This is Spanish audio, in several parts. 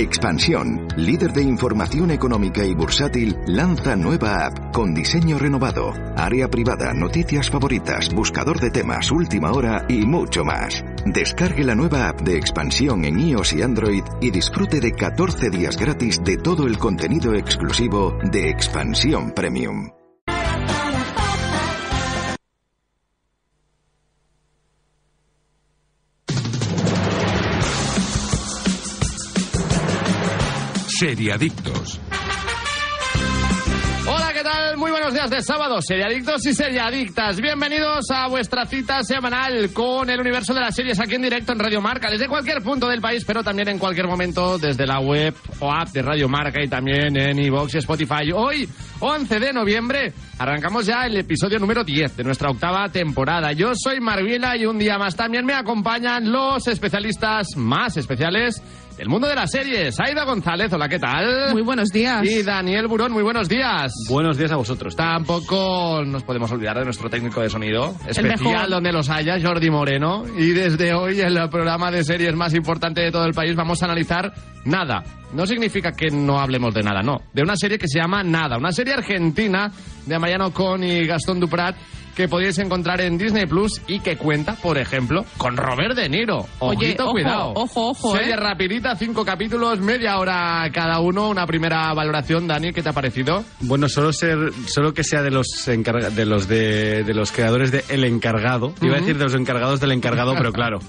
Expansión, líder de información económica y bursátil, lanza nueva app con diseño renovado, área privada, noticias favoritas, buscador de temas, última hora y mucho más. Descargue la nueva app de Expansión en iOS y Android y disfrute de 14 días gratis de todo el contenido exclusivo de Expansión Premium. Seriadictos. Hola, ¿qué tal? Muy buenos días de sábado, seriadictos y seriadictas. Bienvenidos a vuestra cita semanal con el universo de las series aquí en directo en Radio Marca, desde cualquier punto del país, pero también en cualquier momento desde la web o app de Radio Marca y también en iVox y Spotify. Hoy, 11 de noviembre, arrancamos ya el episodio número 10 de nuestra octava temporada. Yo soy Marvila y un día más también me acompañan los especialistas más especiales del mundo de las series. Aida González, hola, ¿qué tal? Muy buenos días. Y Daniel Burón, muy buenos días. Buenos días a vosotros. Tampoco nos podemos olvidar de nuestro técnico de sonido, mejor. especial donde los haya, Jordi Moreno. Y desde hoy, el programa de series más importante de todo el país, vamos a analizar nada. No significa que no hablemos de nada, no. De una serie que se llama Nada, una serie argentina de Mariano Con y Gastón Duprat que podéis encontrar en Disney Plus y que cuenta, por ejemplo, con Robert De Niro. Oye, Ojito, ojo, cuidado. ojo, ojo, Serie eh. rapidita, cinco capítulos, media hora cada uno. Una primera valoración, Dani, ¿qué te ha parecido? Bueno, solo ser, solo que sea de los encarga- de los de, de los creadores de El Encargado. Iba a decir de los encargados del encargado, pero claro.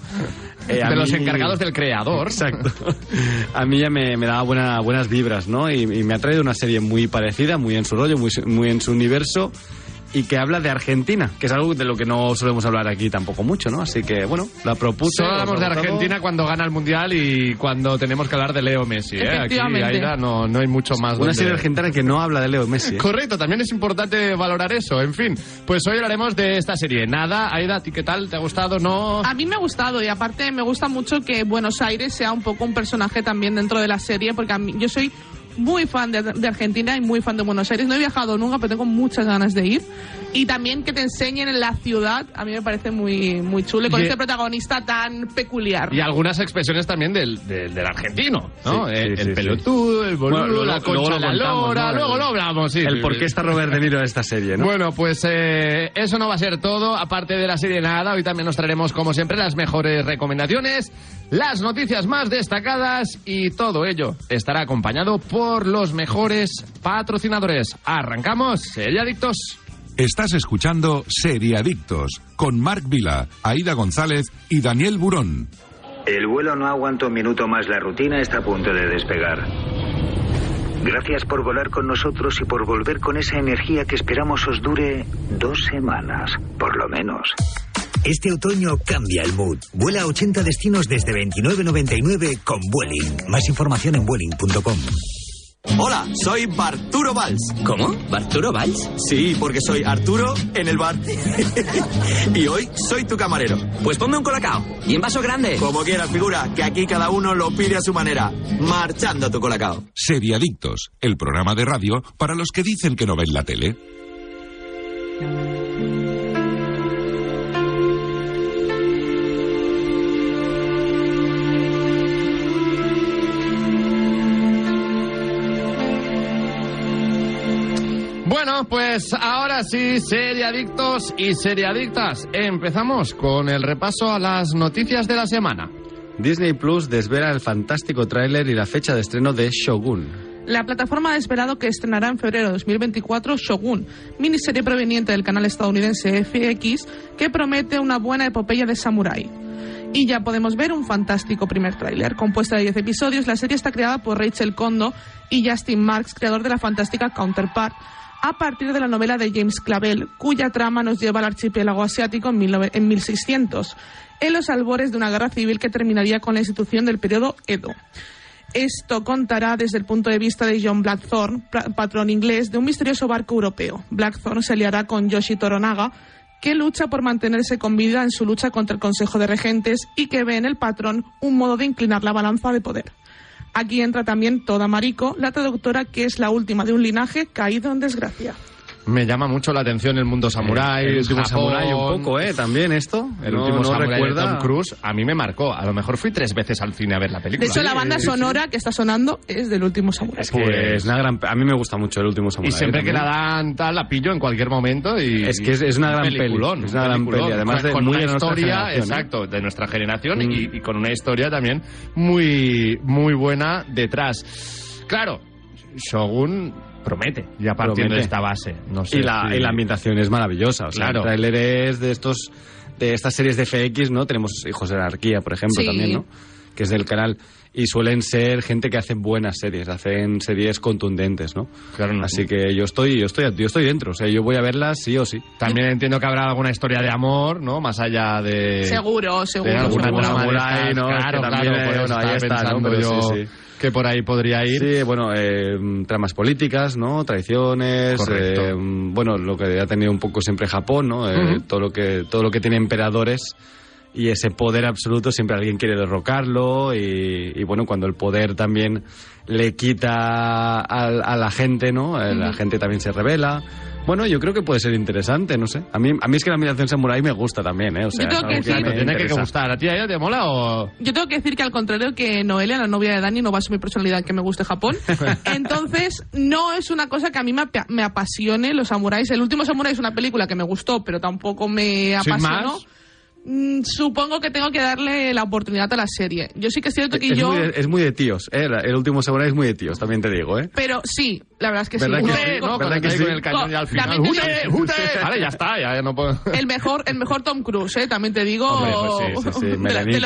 Eh, a de los mí- encargados del creador. Exacto. A mí ya me, me daba buena- buenas vibras, ¿no? Y, y me ha traído una serie muy parecida, muy en su rollo, muy, su- muy en su universo, y que habla de Argentina, que es algo de lo que no solemos hablar aquí tampoco mucho, ¿no? Así que, bueno, la propuse. Solo os ha hablamos de gustado. Argentina cuando gana el Mundial y cuando tenemos que hablar de Leo Messi. ¿eh? Aquí, Efectivamente. Aida, no, no hay mucho más. Una donde- serie argentina que no habla de Leo Messi. ¿eh? Correcto, también es importante valorar eso. En fin, pues hoy hablaremos de esta serie. Nada, Aida, ¿a ti qué tal? ¿Te ha gustado? ¿No? A mí me ha gustado y aparte me gusta mucho que Buenos Aires sea un poco un personaje también dentro de la serie porque a mí- yo soy muy fan de, de Argentina y muy fan de Buenos Aires. No he viajado nunca, pero tengo muchas ganas de ir. Y también que te enseñen en la ciudad, a mí me parece muy, muy chulo y con Y- este protagonista tan peculiar. Y algunas expresiones también del, del, del argentino, ¿no? Sí, el sí, el sí, pelotudo, el boludo, Bueno, luego- la concha, luego lo la contamos, lora, ¿no? luego El- lo hablamos, sí. El sí, por qué sí. está Robert De Niro en esta serie, ¿no? Bueno, pues eh, eso no va a ser todo. Aparte de la serie Nada, hoy también nos traeremos, como siempre, las mejores recomendaciones, las noticias más destacadas y todo ello estará acompañado por los mejores patrocinadores. Arrancamos, Seriadictos. Estás escuchando Seriadictos con Marc Vila, Aida González y Daniel Burón. El vuelo no aguanta un minuto más. La rutina está a punto de despegar. Gracias por volar con nosotros y por volver con esa energía que esperamos os dure dos semanas, por lo menos. Este otoño cambia el mood. Vuela a 80 destinos desde 29.99 con Vueling. Más información en vueling.com. Hola, soy Barturo Valls. ¿Cómo? ¿Barturo Valls? Sí, porque soy Arturo en el bar. y hoy soy tu camarero. Pues ponme un colacao. Y en vaso grande. Como quieras, figura, que aquí cada uno lo pide a su manera. Marchando a tu colacao. Seriadictos, el programa de radio para los que dicen que no ven la tele. Bueno, pues ahora sí, Seriadictos y Seriadictas. Empezamos con el repaso a las noticias de la semana. Disney Plus desvela el fantástico tráiler y la fecha de estreno de Shogun. La plataforma ha esperado que estrenará en febrero de 2024 Shogun, miniserie proveniente del canal estadounidense FX que promete una buena epopeya de samurái. Y ya podemos ver un fantástico primer tráiler. Compuesta de 10 episodios, la serie está creada por Rachel Kondo y Justin Marks, creador de la fantástica Counterpart, a partir de la novela de James Clavell, cuya trama nos lleva al archipiélago asiático en, 19 en 1600, en los albores de una guerra civil que terminaría con la institución del periodo Edo. Esto contará desde el punto de vista de John Blackthorne, pra- patrón inglés de un misterioso barco europeo. Blackthorne se aliará con Yoshi Toronaga, que lucha por mantenerse con vida en su lucha contra el Consejo de Regentes y que ve en el patrón un modo de inclinar la balanza de poder. Aquí entra también Toda Mariko, la traductora que es la última de un linaje caído en desgracia. Me llama mucho la atención el mundo samurái. Eh, el último Japón. samurái un poco, ¿eh? También esto. El No- último no samurái recuerda... de Tom Cruise a mí me marcó. A lo mejor fui tres veces al cine a ver la película. De hecho, la banda sonora que está sonando es del último Samurai. Es que es una gran... A mí me gusta mucho el último Y samurái. siempre ¿eh? que la También. dan tal, la pillo en cualquier momento. Y, Es que es- es una gran peli, peliculón, es una gran peliculón, peli, además con- de con muy una de nuestra historia, generación, ¿eh? exacto, de nuestra generación Mm. y, y con una historia también muy, muy buena detrás. Claro, Shogun promete ya partiendo Promete. de esta base. No sé y la, si- y la ambientación es maravillosa. O sea, Claro. El tráiler es de estos de estas series de FX, ¿no? Tenemos Hijos de la Anarquía, por ejemplo, Sí. también, ¿no? Que es del canal. Y suelen ser gente que hace buenas series, hacen series contundentes, ¿no? Claro, no- Así que yo estoy, yo estoy, yo estoy dentro. O sea, yo voy a verlas sí o sí. También entiendo que habrá alguna historia de amor, ¿no? Más allá de... Seguro, seguro. de alguna seguro. trama de Samurái, estas. ¿no? Claro, Es que claro, también, por eh, eso bueno, estaba ahí está, ¿no? pensando Pero yo sí, sí. que por ahí podría ir. Sí, bueno, eh, tramas políticas, ¿no? Traiciones, Correcto. eh, bueno, lo que ha tenido un poco siempre Japón, ¿no? Eh, Ujú. todo lo que todo lo que tiene emperadores y ese poder absoluto siempre alguien quiere derrocarlo y, y, bueno, cuando el poder también le quita al- a, la gente, ¿no? Eh, La Ujú. gente también se revela. Bueno, yo creo que puede ser interesante, no sé. A mí, a mí es que la ambientación samurái me gusta también, ¿eh? O sea, Yo creo que es algo sí. me Te tiene que interesa. gustar. ¿A ti a ella te mola o...? Yo tengo que decir que al contrario que Noelia, la novia de Dani, no va a ser mi personalidad que me guste Japón. Entonces, no es una cosa que a mí me, apa- me apasione los samuráis. El último samurái es una película que me gustó, pero tampoco me Sin apasionó. más. Mm, Supongo que tengo que darle la oportunidad a la serie. Yo sí que es cierto que Eh, Es, yo... muy de, es muy de tíos, ¿eh? La- El último samurái es muy de tíos, también te digo, ¿eh? Pero sí, la verdad es que sí. ¿Verdad Uno- que sí? con- no, ¿Verdad cuando que te sí? con el cañón Con- y al final... también te ¡Jute, digo- jute! Vale, ya está, ya, ya no puedo... El mejor, el mejor Tom Cruise, ¿eh? también te digo. Hombre, pues sí, sí, sí. de, la- de Melanita,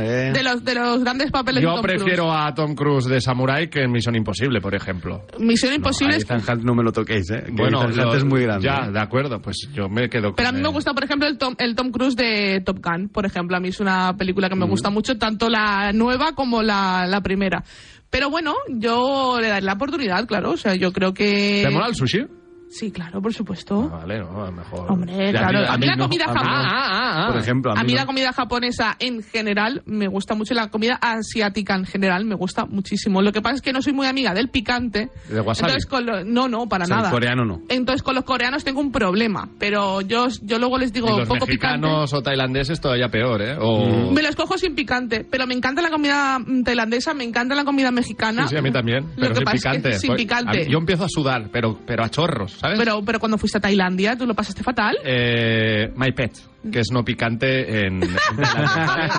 los, eh. de los de los grandes papeles de Yo Tom prefiero a Tom Cruise de Samurai que en Misión Imposible, por ejemplo. Cruise. Misión No, Imposible. a Pues es- Ethan Hunt no me lo toquéis, ¿eh? Que Ethan Hunt lo- es muy grande. Ya, ¿eh? de acuerdo, pues yo me quedo con pero a mí me él. gusta, por ejemplo, el Tom, el Tom Cruise de Top Gun, por ejemplo. A mí es una película que me gusta mucho, tanto la nueva como la, la primera. Pero bueno, yo le daré la oportunidad, claro. O sea, yo creo que... ¿Te mola el sushi? Sí, claro, por supuesto. Ah, vale, no, a lo mejor... Hombre, Ya, claro. tío, A mí la no, comida a mí no. japonesa... Ah, ah, ah. Por ejemplo, a mí, A mí no- la comida japonesa en general me gusta mucho, y la comida asiática en general me gusta muchísimo. Lo que pasa es que no soy muy amiga del picante. ¿De wasabi? Entonces con lo- no, no, para o sea, el nada. coreano no. Entonces con los coreanos tengo un problema, pero yo, yo luego les digo Y los poco mexicanos o tailandeses todavía peor, ¿eh? O... Mm. picante. Me los cojo sin picante, pero me encanta la comida mm, tailandesa, me encanta la comida mexicana. Sí, sí, a mí también, Lo pero que sin pasa es que picante. sin Pues, picante. a mí- yo empiezo a sudar, pero, pero a chorros, ¿sabes? Pero, pero cuando fuiste a Tailandia, tú lo pasaste fatal. Eh, my pet, que es no picante en... en-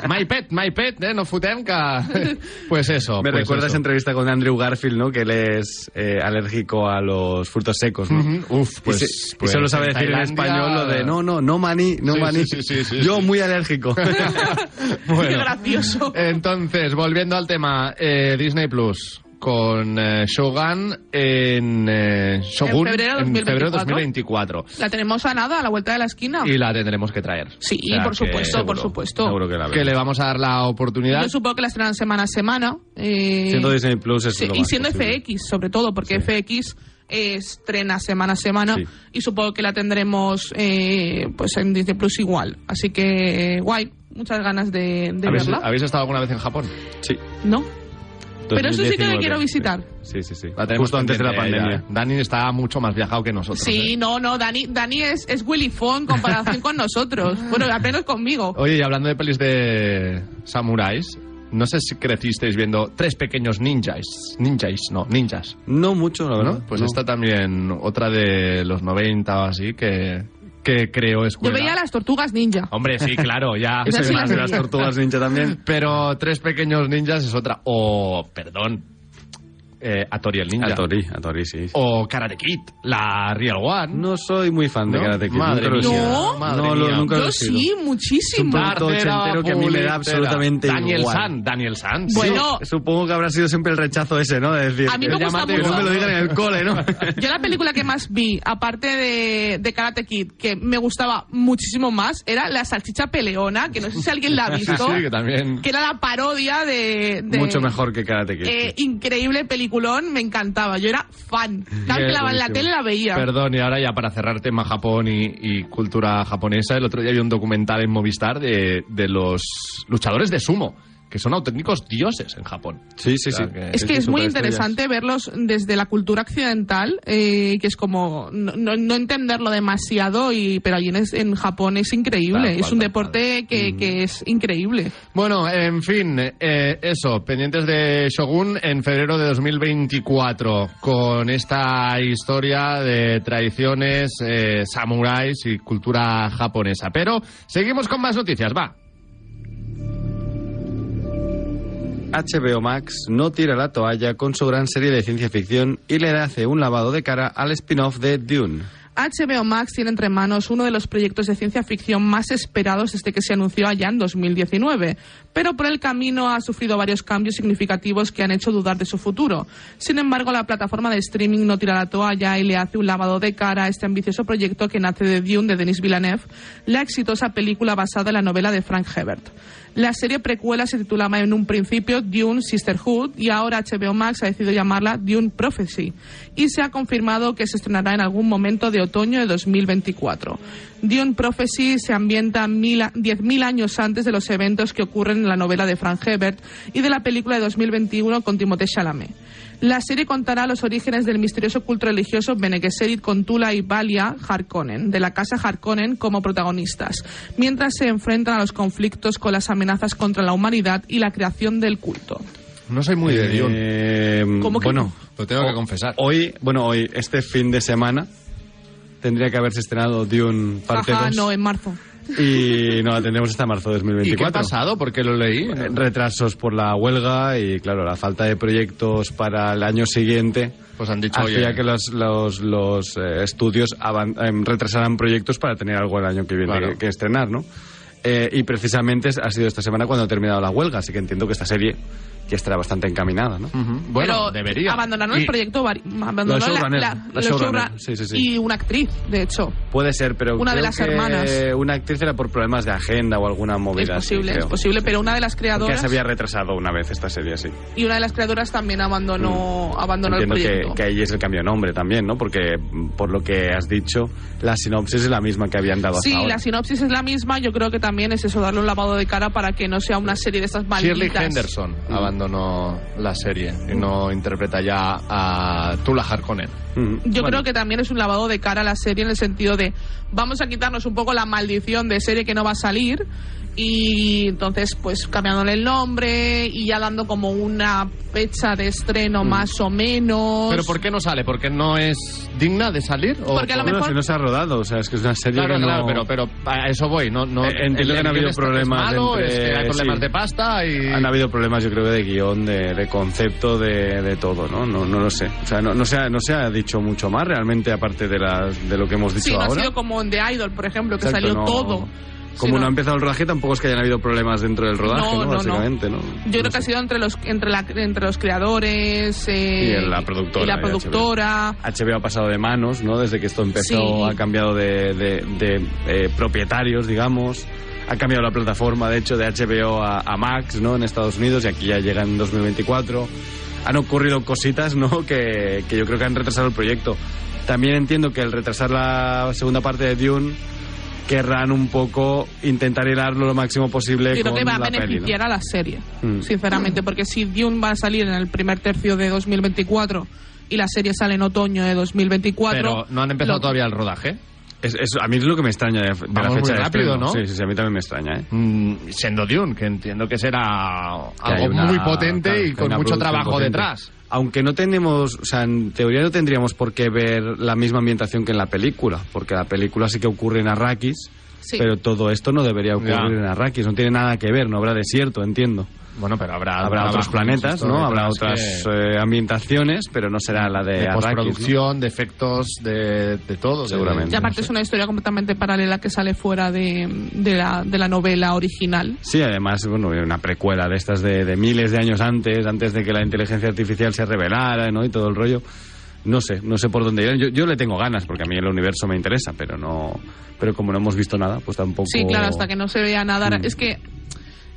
my pet, my pet, ¿eh? No futem, que- Pues eso. Me pues recuerda eso. esa entrevista con Andrew Garfield, ¿no? Que él es eh, alérgico a los frutos secos, ¿no? Ujú, uf, Y pues- se- y, pues solo sabe en decir en Tailandia- español lo de no, no, no maní, no Sí, maní. sí, sí, sí, sí, Yo sí. muy alérgico. Qué Bueno. Eh, gracioso. Entonces, volviendo al tema, eh, Disney Plus con eh, Shogun en, eh, Shogun En febrero en febrero 2024. 2024. La tenemos a nada, a la vuelta de la esquina. Y la tendremos que traer. Sí, O sea por que supuesto, por seguro supuesto. Seguro que la Que veo. le vamos a dar la oportunidad. Yo supongo que la estrenan semana a semana. eh, Siendo Disney Plus es sí, lo y más siendo posible. FX, sobre todo, porque FX eh, estrena semana a semana Sí. y supongo que la tendremos eh, pues en Disney Plus igual. Así que eh, guay, muchas ganas de, de ¿Habéis, verla. habéis estado alguna vez en Japón? Sí. ¿No? Pero eso sí que 2019. le quiero visitar. Sí, sí, sí. La tenemos Justo antes de la pendiente, pandemia. eh, ya. Dani está mucho más viajado que nosotros. Sí, eh. no, no, Dani, Dani es, es Willy Fon en comparación con nosotros. Bueno, al menos conmigo. Oye, y hablando de pelis de samuráis, no sé si crecisteis viendo tres pequeños ninjas. Ninjas, no, ninjas. No mucho, la verdad. ¿no? Pues No. esta también, otra de los 90 o así, que, que creo Yo escuela. veía las tortugas ninja. Hombre, sí, claro, ya. Esas soy sí más las de vi. las tortugas. tortugas ninja también. Pero Tres Pequeños Ninjas es otra. O, perdón, eh, Atori el Ninja. A Tori, a Tori, sí. O Karate Kid, la Real One. No soy muy fan de ¿No? Karate Kid. Madre nunca lo he mía. sido. No. Madre No, lo- mía. nunca lo Yo he sido. sí, Es un muchísimo. producto Tártara, ochentero que a mí me da Pulitzer. absolutamente Daniel igual. San, Daniel San. sí. Bueno, Supongo que habrá sido siempre el rechazo ese, ¿no? De decir, A mí que- me gusta que mucho. no me lo digan en el cole, ¿no? Yo la película que más vi, aparte de, de Karate Kid, que me gustaba muchísimo más, era La Salchicha Peleona, que no sé si alguien la ha Sí, visto, sí, que también. que era la parodia de... de- Mucho mejor que este. Karate Kid. eh, increíble peliculón, me encantaba. Yo era fan. Cada vez que la, en la buenísimo. tele la veía. Perdón, y ahora ya para cerrar tema Japón y, y cultura japonesa, el otro día vi un documental en Movistar de, de los luchadores de sumo. que son auténticos dioses en Japón. Sí, sí, O sea, sí. que- Es que es muy interesante verlos desde la cultura occidental, eh, que es como no, no- no entenderlo demasiado, y pero allí en, es- en Japón es increíble. Tal cual, Mm. es un tal deporte que, que es increíble. Bueno, en fin, eh, eso, pendientes de Shogun en febrero de 2024, con esta historia de tradiciones, eh, samuráis y cultura japonesa. Pero seguimos con más noticias, va. HBO Max no tira la toalla con su gran serie de ciencia ficción y le hace un lavado de cara al spin-off de Dune. HBO Max tiene entre manos uno de los proyectos de ciencia ficción más esperados desde que se anunció allá en 2019, pero por el camino ha sufrido varios cambios significativos que han hecho dudar de su futuro. Sin embargo, la plataforma de streaming no tira la toalla y le hace un lavado de cara a este ambicioso proyecto que nace de Dune de Denis Villeneuve, la exitosa película basada en la novela de Frank Herbert. La serie precuela se titulaba en un principio Dune Sisterhood y ahora HBO Max ha decidido llamarla Dune Prophecy y se ha confirmado que se estrenará en algún momento de otoño de 2024. Dune Prophecy se ambienta mil a- 10.000 años antes de los eventos que ocurren en la novela de Frank Herbert y de la película de 2021 con Timothée Chalamet. La serie contará los orígenes del misterioso culto religioso Bene Gesserit con Tula y Valia Harkonnen, de la casa Harkonnen como protagonistas, mientras se enfrentan a los conflictos con las amenazas contra la humanidad y la creación del culto. No soy muy de Dune, Eh, ¿Cómo que bueno, lo tengo que o- confesar. Hoy, bueno, hoy, este fin de semana, tendría que haberse estrenado Dune parte Ajá, 2 no, en marzo. y no la tendremos hasta marzo de ¿Y 2024. qué ha pasado? Porque lo leí. Eh, Retrasos por la huelga y, claro, la falta de proyectos para el año siguiente Pues han dicho, hacía oye, que los, los, los, eh, estudios avan- em, retrasaran proyectos para tener algo el año que viene Claro. que, que estrenar, ¿no? Eh, y precisamente es- ha sido esta semana cuando ha terminado la huelga, así que entiendo que esta serie ya estará bastante encaminada, ¿no? ujú, bueno, Pero debería. Abandonaron el Y- proyecto, vari- abandonaron showrunner, la los showrunner, showrun- sí, sí, sí. y una actriz, de hecho. Puede ser, pero Una de creo las que hermanas. Una actriz era por problemas de agenda o alguna movida. es posible, así, es creo. posible, pero una de las Porque ya creadoras se había retrasado una vez esta serie, sí. y una de las creadoras también abandonó, abandonó el Mm. Entiendo proyecto. que, que ahí es el cambio de nombre también, ¿no? Porque, mm, por lo que has dicho, la sinopsis es la misma que habían dado Sí, hasta ahora. la sinopsis es la misma. Yo creo que también es eso, darle un lavado de cara para que no sea una serie de estas Shirley malditas. Henderson abandonó la serie y no interpreta ya a Tula Harkonnen. Mm, Yo bueno. creo que también es un lavado de cara a la serie en el sentido de vamos a quitarnos un poco la maldición de serie que no va a salir y entonces pues cambiándole el nombre y ya dando como una fecha de Mm. estreno más o menos. ¿Pero por qué no sale? ¿Porque no es digna de salir? ¿O Porque a lo por- Bueno, mejor- si no se ha rodado, o sea, es que es una serie Claro, que no... claro, pero, pero a eso voy. No, no, Eh, el entiendo que han habido guion está- es problemas malo, entre- es que hay problemas sí. de pasta y... Han habido problemas, yo creo, que de guión, de, de concepto, de, de todo, ¿no? ¿no? No lo sé. O sea, no, no se ha, no se ha dicho mucho más realmente, aparte de, las- de lo que hemos dicho Sí, no ahora. ha sido como en The Idol, por ejemplo, que Exacto, salió no- todo. Como Sí, no no. ha empezado el rodaje, tampoco es que hayan habido problemas dentro del rodaje, ¿no? No, no, no. Básicamente, ¿no? Yo No creo que ha sé. sido entre los entre la entre los creadores eh, Y en la productora, y la de productora. HBO ha pasado de manos, ¿no? Desde que esto empezó, Sí. ha cambiado de, de- de, eh, propietarios, digamos. Ha cambiado la plataforma, de hecho, de HBO a, a Max, ¿no? En Estados Unidos, y aquí ya llega en 2024. Han ocurrido cositas, ¿no? Que, que yo creo que han retrasado el proyecto. También entiendo que el retrasar la segunda parte de Dune querrán un poco intentar hilarlo lo máximo posible Yo creo con que va a la peli, ¿no? beneficiar a la serie, Mm. sinceramente, porque si Dune va a salir en el primer tercio de 2024 y la serie sale en otoño de 2024, Pero no han empezado lo- todavía el rodaje. Es- es- a mí es lo que me extraña de, de la Vamos muy fecha de rápido, estreno. ¿no? Sí, sí, sí, a mí también me extraña, ¿eh? Mm, siendo Dune, que entiendo que será Que algo hay una- muy potente claro, y que con una mucho producción trabajo potente. detrás. Aunque no tenemos, o sea, en teoría no tendríamos por qué ver la misma ambientación que en la película, porque la película sí que ocurre en Arrakis, Sí. pero todo esto no debería ocurrir Ya. en Arrakis, no tiene nada que ver, no habrá desierto, entiendo. Bueno, pero habrá... Habrá trabajo, otros planetas, insisto, ¿no? detrás Habrá que- otras eh, ambientaciones, pero no será la de, de Arrakis. ¿no? postproducción, de efectos, de, de todo. de- y Seguramente. aparte es una historia completamente paralela que sale fuera de, de la, de la novela original. Sí, además, bueno, era una precuela de estas de, de miles de años antes, antes de que la inteligencia artificial se revelara, ¿no? Y todo el rollo. No sé, no sé por dónde irán. Yo, yo le tengo ganas, porque a mí el universo me interesa, pero no... Pero como no hemos visto nada, pues tampoco... Mm. Sí, claro, hasta que no se vea nada. Es que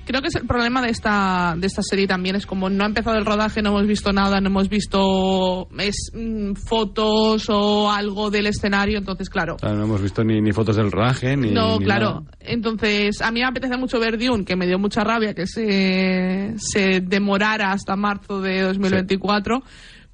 Creo que es el problema de esta, de esta serie también. Es como no ha empezado el rodaje, no hemos visto nada, no hemos visto es, mm, fotos o algo del escenario. Entonces, claro. Claro, no hemos visto ni, ni fotos del rodaje, ni. No, ni claro. nada. Entonces, a mí me apetece mucho ver Dune, que me dio mucha rabia que se, se demorara hasta marzo de 2024.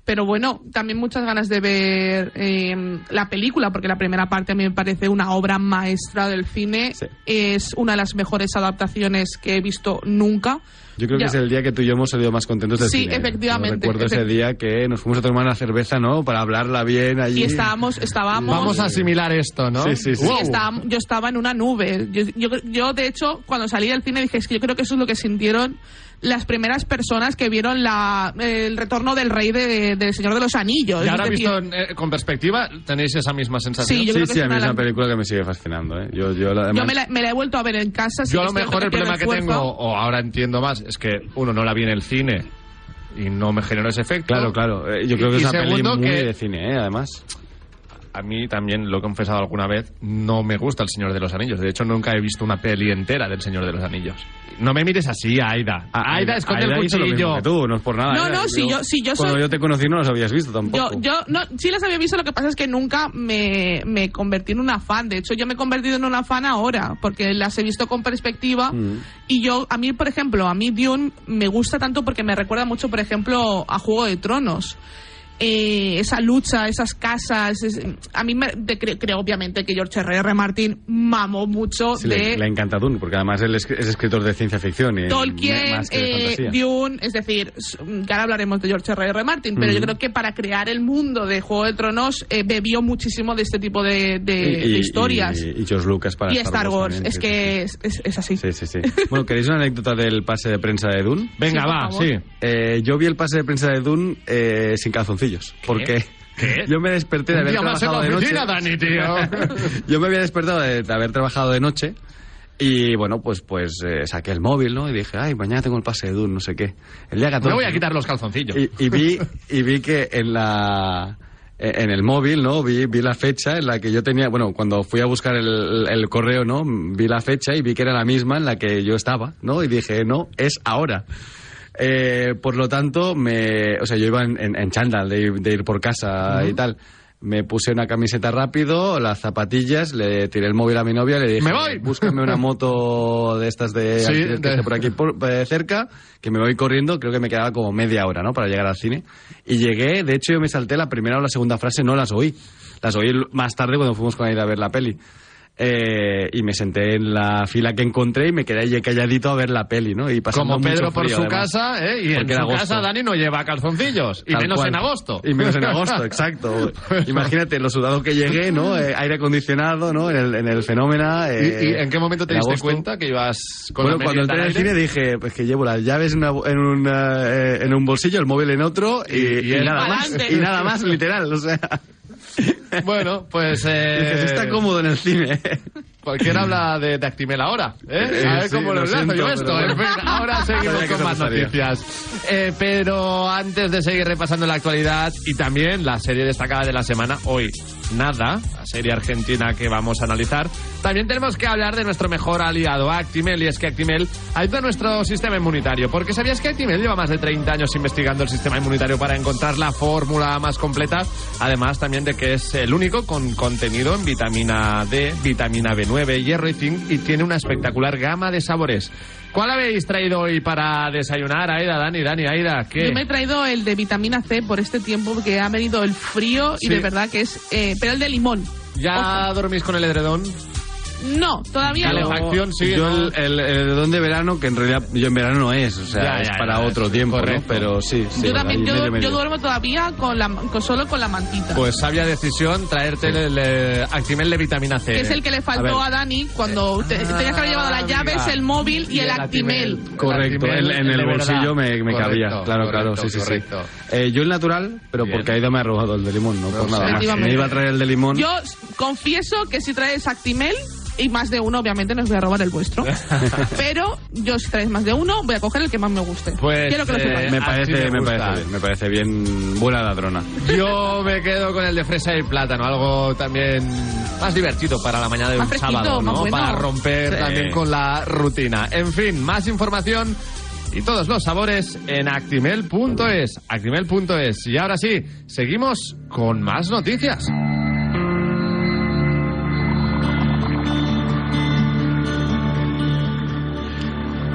Pero bueno, también muchas ganas de ver eh, la película, porque la primera parte a mí me parece una obra maestra del cine. Sí. Es una de las mejores adaptaciones que he visto nunca. Yo creo Ya. que es el día que tú y yo hemos salido más contentos del Sí, cine. efectivamente, Yo recuerdo ese efect- día que nos fuimos a tomar una cerveza, ¿no? Para hablarla bien allí. Y estábamos, estábamos Vamos a asimilar esto, ¿no? Sí, sí, sí. Sí, Wow. estaba- yo estaba en una nube. Yo, yo- yo, de hecho, cuando salí del cine dije, es que yo creo que eso es lo que sintieron las primeras personas que vieron la, el retorno del rey de, del Señor de los Anillos. Y ahora Es decir, visto en- eh, con perspectiva, tenéis esa misma sensación. Sí, yo sí, creo que sí, es a mí una es una lan- película que me sigue fascinando, ¿eh? Yo, yo, la- yo además- me la, me la he vuelto a ver en casa. sí Yo a que lo es cierto mejor que el pierde problema que fuerza. tengo, o ahora entiendo más, es que uno no la vi en el cine y no me generó ese efecto. Claro, claro. eh, Yo creo que Y es una peli segundo, muy que- de cine, ¿eh? Además. A mí también, lo he confesado alguna vez, no me gusta El Señor de los Anillos. De hecho, nunca he visto una peli entera del Señor de los Anillos. No me mires así, Aida. Aida, esconde el hizo lo mismo cuchillo. que tú, no es por nada. No, ¿eh? no, si yo- si yo Cuando soy- yo te conocí no los habías visto Yo, tampoco. yo no, sí las había visto, lo que pasa es que nunca me, me convertí en una fan. De hecho, yo me he convertido en una fan ahora, porque las he visto con perspectiva. Mm. Y yo, a mí, por ejemplo, a mí Dune me gusta tanto porque me recuerda mucho, por ejemplo, a Juego de Tronos. Eh, esa lucha, esas casas. es- a mí me, de- cre- creo, obviamente, que George R.R. Martin mamó mucho Sí, de. le, le encanta Dune, porque además él es, es escritor de ciencia ficción. Y Tolkien, más que de eh, fantasía. Dune, es decir, s- mm, que ahora hablaremos de George R.R. Martin, pero yo creo que para crear el mundo de Juego de Tronos eh, bebió muchísimo de este tipo de, de- de historias. Y, y George Lucas para Y Star Wars, también, es sí, que es, es- es así. Sí, sí, sí. sí. bueno, ¿queréis una anécdota del pase de prensa de Dune? Venga, Sí, por va, favor. sí. Eh, yo vi el pase de prensa de Dune eh, sin calzoncillos. Porque ¿Qué? yo me desperté de haber Tío, más en la trabajado de noche. oficina, Dani, tío. yo me había despertado de, de haber trabajado de noche y bueno, pues pues eh, saqué el móvil, ¿no? Y dije, ay, mañana tengo el pase de Dune, no sé qué. El día 14. Me voy a quitar los calzoncillos. Y, y vi, y vi que en la e, en el móvil, ¿no? Vi, vi la fecha en la que yo tenía, bueno, cuando fui a buscar el, el correo, ¿no? Vi la fecha y vi que era la misma en la que yo estaba, ¿no? Y dije, no, es ahora. Eh, por lo tanto, me, o sea, yo iba en, en, en chándal de ir, de ir por casa y tal. Me puse una camiseta rápido, las zapatillas, le tiré el móvil a mi novia, le dije, ¡Me voy! búscame una moto de estas de Sí, alquiler eh, que de- esté por aquí por- eh, cerca, que me voy corriendo, creo que me quedaba como media hora, ¿no? Para llegar al cine. Y llegué, de hecho yo me salté la primera o la segunda frase, no las oí. Las oí l- más tarde cuando fuimos con Aida a ver la peli. Eh, y me senté en la fila que encontré y me quedé ahí calladito a ver la peli, ¿no? Y pasando Como mucho Pedro por frío, su además. casa, ¿eh? Y en Porque su era agosto. casa Dani no lleva calzoncillos. Y Tal menos cual. en agosto. Y menos en agosto, exacto. Imagínate lo sudado que llegué, ¿no? Eh, aire acondicionado, ¿no? En el, en el fenómeno. ¿Y, eh, y en qué momento te en diste agosto. cuenta que ibas con bueno, la cuando merienda entré al al cine aire? dije, pues que llevo las llaves en, una bo- en, una, eh, en un bolsillo, el móvil en otro y, Y- y y el- nada más. ¡Pa'lante! Y nada más, literal. O sea, Bueno, pues... Eh... dije, se está cómodo en el cine. Cualquiera habla de Dactimel ahora, ¿eh? Eh, A ver sí, cómo lo lo enlazo siento, yo pero esto. bueno. En fin, ahora seguimos Sabía que con eso más pasaría. noticias. Eh, pero antes de seguir repasando la actualidad y también la serie destacada de la semana, hoy Nada, la serie argentina que vamos a analizar, también tenemos que hablar de nuestro mejor aliado, Actimel, y es que Actimel ayuda a nuestro sistema inmunitario. Porque ¿sabías que Actimel lleva más de 30 años investigando el sistema inmunitario para encontrar la fórmula más completa? Además también de que es el único con contenido en vitamina D, vitamina B9, hierro y zinc y tiene una espectacular gama de sabores. ¿Cuál habéis traído hoy para desayunar, Aida, Dani, Dani, Aida? ¿Qué? Yo me he traído el de vitamina C por este tiempo porque ha venido el frío Sí. y de verdad que es... eh, pero el de limón. ¿Ya dormís con el edredón? No, todavía no. Calefacción, sí, Yo ¿no? el, el, el don de verano, que en realidad yo en verano no es, o sea, Ya, es ya, para ya, otro es tiempo, ¿no? correcto. Pero sí, sí. yo también, ahí yo, medio, yo medio. duermo todavía con la, con- solo con la mantita. Pues sabia decisión traerte el, eh, Actimel de vitamina C. que es el que le faltó Eh, a, Dani cuando te- tenías que haber llevado las amiga. llaves, el móvil y, el, Actimel. Correcto, Actimel, en, en el de verdad. bolsillo me, me Correcto, cabía. Claro, claro, correcto, sí, sí, correcto. sí. Eh, yo el natural, pero Bien. porque Aida me ha robado el de limón, no No, por nada más. efectivamente. Me iba a traer el de limón. Yo s- confieso que si traes Actimel, y más de uno, obviamente, no os voy a robar el vuestro. Pero yo, si traéis más de uno, voy a coger el que más me guste. Pues, Quiero que lo eh, sepáis. Me Así parece, me me gusta. parece bien, me parece bien. Buena ladrona. Yo me quedo con el de fresa y plátano, algo también más divertido para la mañana de Más un fresquito, sábado, más ¿no? bueno. Para romper Sí. también con la rutina. En fin, más información y todos los sabores en actimel.es, actimel.es. Y ahora sí, seguimos con más noticias.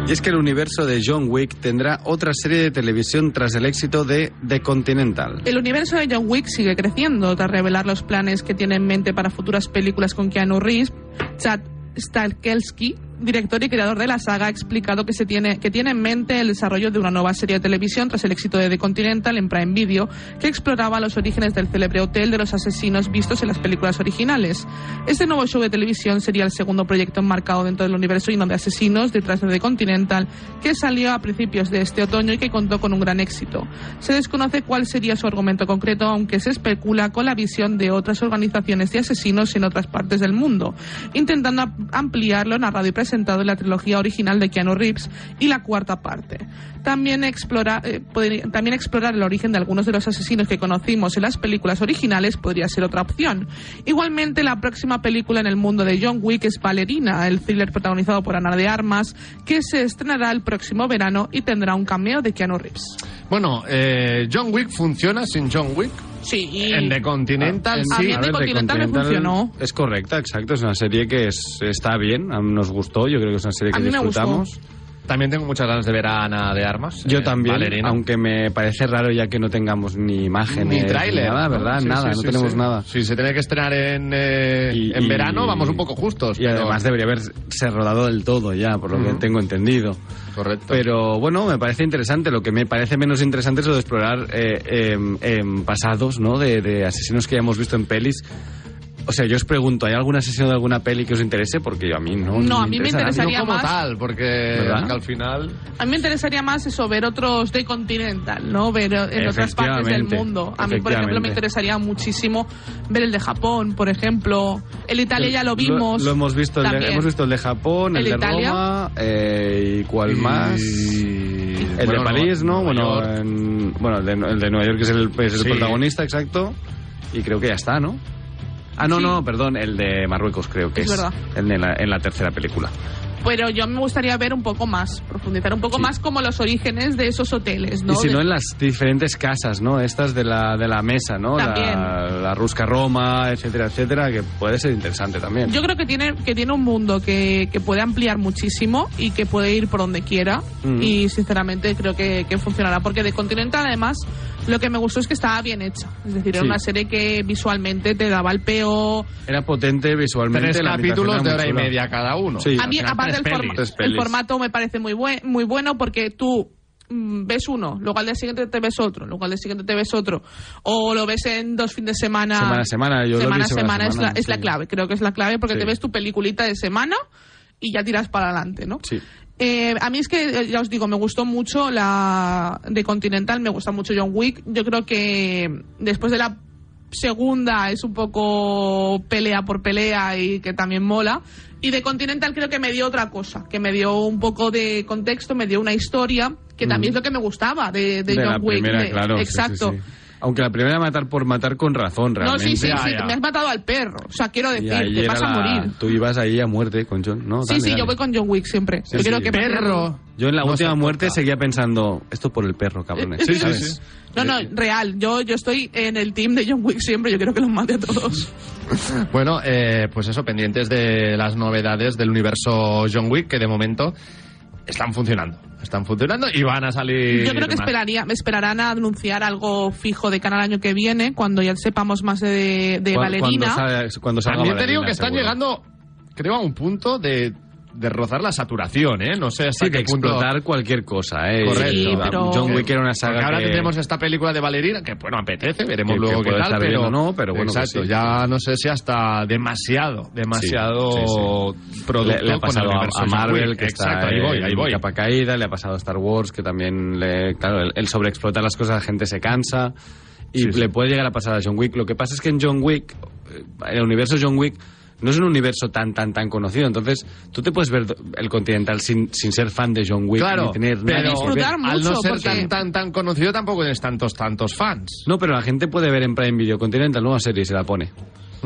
Y es que el universo de John Wick tendrá otra serie de televisión tras el éxito de The Continental. El universo de John Wick sigue creciendo tras revelar los planes que tiene en mente para futuras películas con Keanu Reeves. Chad Stahelski, director y creador de la saga, ha explicado que, se tiene, que tiene en mente el desarrollo de una nueva serie de televisión tras el éxito de The Continental en Prime Video, que exploraba los orígenes del célebre hotel de los asesinos vistos en las películas originales. Este nuevo show de televisión sería el segundo proyecto enmarcado dentro del universo lleno de asesinos detrás de The Continental, que salió a principios de este otoño y que contó con un gran éxito. Se desconoce cuál sería su argumento concreto, aunque se especula con la visión de otras organizaciones de asesinos en otras partes del mundo, intentando ap- ampliar lo narrado y presentado en la trilogía original de Keanu Reeves y la cuarta parte. También, explora, eh, podri- también explorar el origen de algunos de los asesinos que conocimos en las películas originales podría ser otra opción. Igualmente, la próxima película en el mundo de John Wick es Ballerina, el thriller protagonizado por Ana de Armas, que se estrenará el próximo verano y tendrá un cameo de Keanu Reeves. Bueno, eh, John Wick funciona sin John Wick. Sí. Ah, En The Continental, En- A sí. mí- The The Continental me funcionó. Es correcta, exacto. Es una serie que es- está bien, a- nos gustó. Yo creo que es una serie A que mí me gustó. disfrutamos. También tengo muchas ganas de ver a Ana de Armas. Yo eh, también, Valerina. aunque me parece raro ya que no tengamos ni imágenes. ni tráiler. Nada, ¿no? ¿verdad? Sí, nada, sí, no sí, tenemos sí. nada. Si se tiene que estrenar en, eh, Y- en y- verano, vamos un poco justos. Y pero- además debería haberse rodado del todo ya, por lo que Pues Ujú. tengo entendido. Correcto. Pero bueno, me parece interesante. Lo que me parece menos interesante es lo de explorar eh, em, em, pasados, ¿no? De, de asesinos que ya hemos visto en pelis. O sea, yo os pregunto, ¿hay algún asesino de alguna peli que os interese? Porque yo a mí no. No, a mí me nada. interesaría no como más. tal, porque ¿Verdad? al final... A mí me interesaría más eso, ver otros de Continental, ¿no? Ver eh, en otras partes del Efectivamente, mundo. A mí, por ejemplo, me efectivamente. interesaría muchísimo ver el de Japón, por ejemplo. El de Italia ya lo vimos. Lo, hemos visto. El de, también. hemos visto el de Japón, el, El de Italia. Roma, eh, y cuál más. El de París, ¿no? Bueno, en- bueno el, de, el de Nueva York es el, es el Sí. protagonista, exacto. Y creo que ya está, ¿no? Ah, no, Sí. no, perdón, el de Marruecos creo que Es es. verdad. El de la- en la tercera película. Pero yo me gustaría ver un poco más, profundizar un poco Sí. más como los orígenes de esos hoteles, ¿no? Y si De- no, en las diferentes casas, ¿no? Estas de la, de la mesa, ¿no? También. La, la Rusca Roma, etcétera, etcétera, que puede ser interesante también. Yo creo que tiene, que tiene un mundo que, que puede ampliar muchísimo y que puede ir por donde quiera. Mm. Y sinceramente creo que, que funcionará. Porque de Continental, además, lo que me gustó es que estaba bien hecha. Es decir, era Sí. una serie que visualmente te daba el peo. Era potente visualmente. Tres la capítulos ambientación de era hora y muy chula. media cada uno. Sí. A mí, Al final, aparte, el, tres forma- pelis. tres el pelis. formato me parece muy, buen, muy bueno porque tú mm, ves uno, luego al día siguiente te ves otro, luego al día siguiente te ves otro, o lo ves en dos fines de semana. Semana a semana, yo lo semana vi a semana a semana es, la, semana, es la sí. clave, creo que es la clave porque Sí. te ves tu peliculita de semana y ya tiras para adelante, ¿no? Sí. Eh, a mí es que, eh, ya os digo, me gustó mucho la de Continental, me gusta mucho John Wick. Yo creo que después de la segunda es un poco pelea por pelea y que también mola. Y de Continental creo que me dio otra cosa, que me dio un poco de contexto, me dio una historia, que también es lo que me gustaba de, de Mm. De John la Wick. primera, de- claro. sí, sí, exacto. sí. Aunque la primera matar por matar con razón, No, realmente. Ah, sí, sí, Ya, sí, ya. que me has matado al perro. O sea, quiero Y decir, ahí te era vas a la- morir. Tú ibas ahí a muerte con John, ¿no? Sí, Dale, sí, yo dale. voy con John Wick siempre. yo sí. creo que Perro. Yo en la No última se muerte toca. seguía pensando, esto por el perro, cabrones. Sí, sí, ¿sabes? sí. No, Eh, no, real. Yo, yo estoy en el team de John Wick siempre. Yo quiero que los mate a todos. Bueno, eh, pues eso, pendientes de las novedades del universo John Wick, que de momento están funcionando. Están funcionando y van a salir Yo creo que más. esperaría, esperarán a anunciar algo fijo de cara al año que viene, cuando ya sepamos más de, de Cu- Cuando, Valerina. salga- cuando salga También te digo Valerina, que están seguro. llegando, creo, a un punto de, de rozar la saturación, ¿eh? No sé hasta Sí, que qué punto... explotar cualquier cosa, ¿eh? Correcto. Sí, pero- John Wick era una saga Porque ahora que... tendremos esta película de Valerina, que bueno, apetece, veremos Que- luego que qué puede tal, estar pero, bien o no, pero bueno, que exacto, sí. ya no sé si hasta demasiado, demasiado sí, producto Le, le ha pasado con el a, universo a John Marvel, Wick. que exacto, está ahí voy, en ahí voy. capa caída, le ha pasado a Star Wars, que también, le, claro, el, el sobreexplotar las cosas, la gente se cansa, y Sí, sí. le puede llegar a pasar a John Wick. Lo que pasa es que en John Wick, eh, el universo John Wick, no es un universo tan, tan, tan conocido. Entonces, tú te puedes ver el Continental sin, sin ser fan de John Wick. Claro, ni tener nada pero que ver. disfrutar al no mucho, ser porque- tan, tan, tan conocido tampoco tienes tantos, tantos fans. No, pero la gente puede ver en Prime Video Continental nueva serie y se la pone.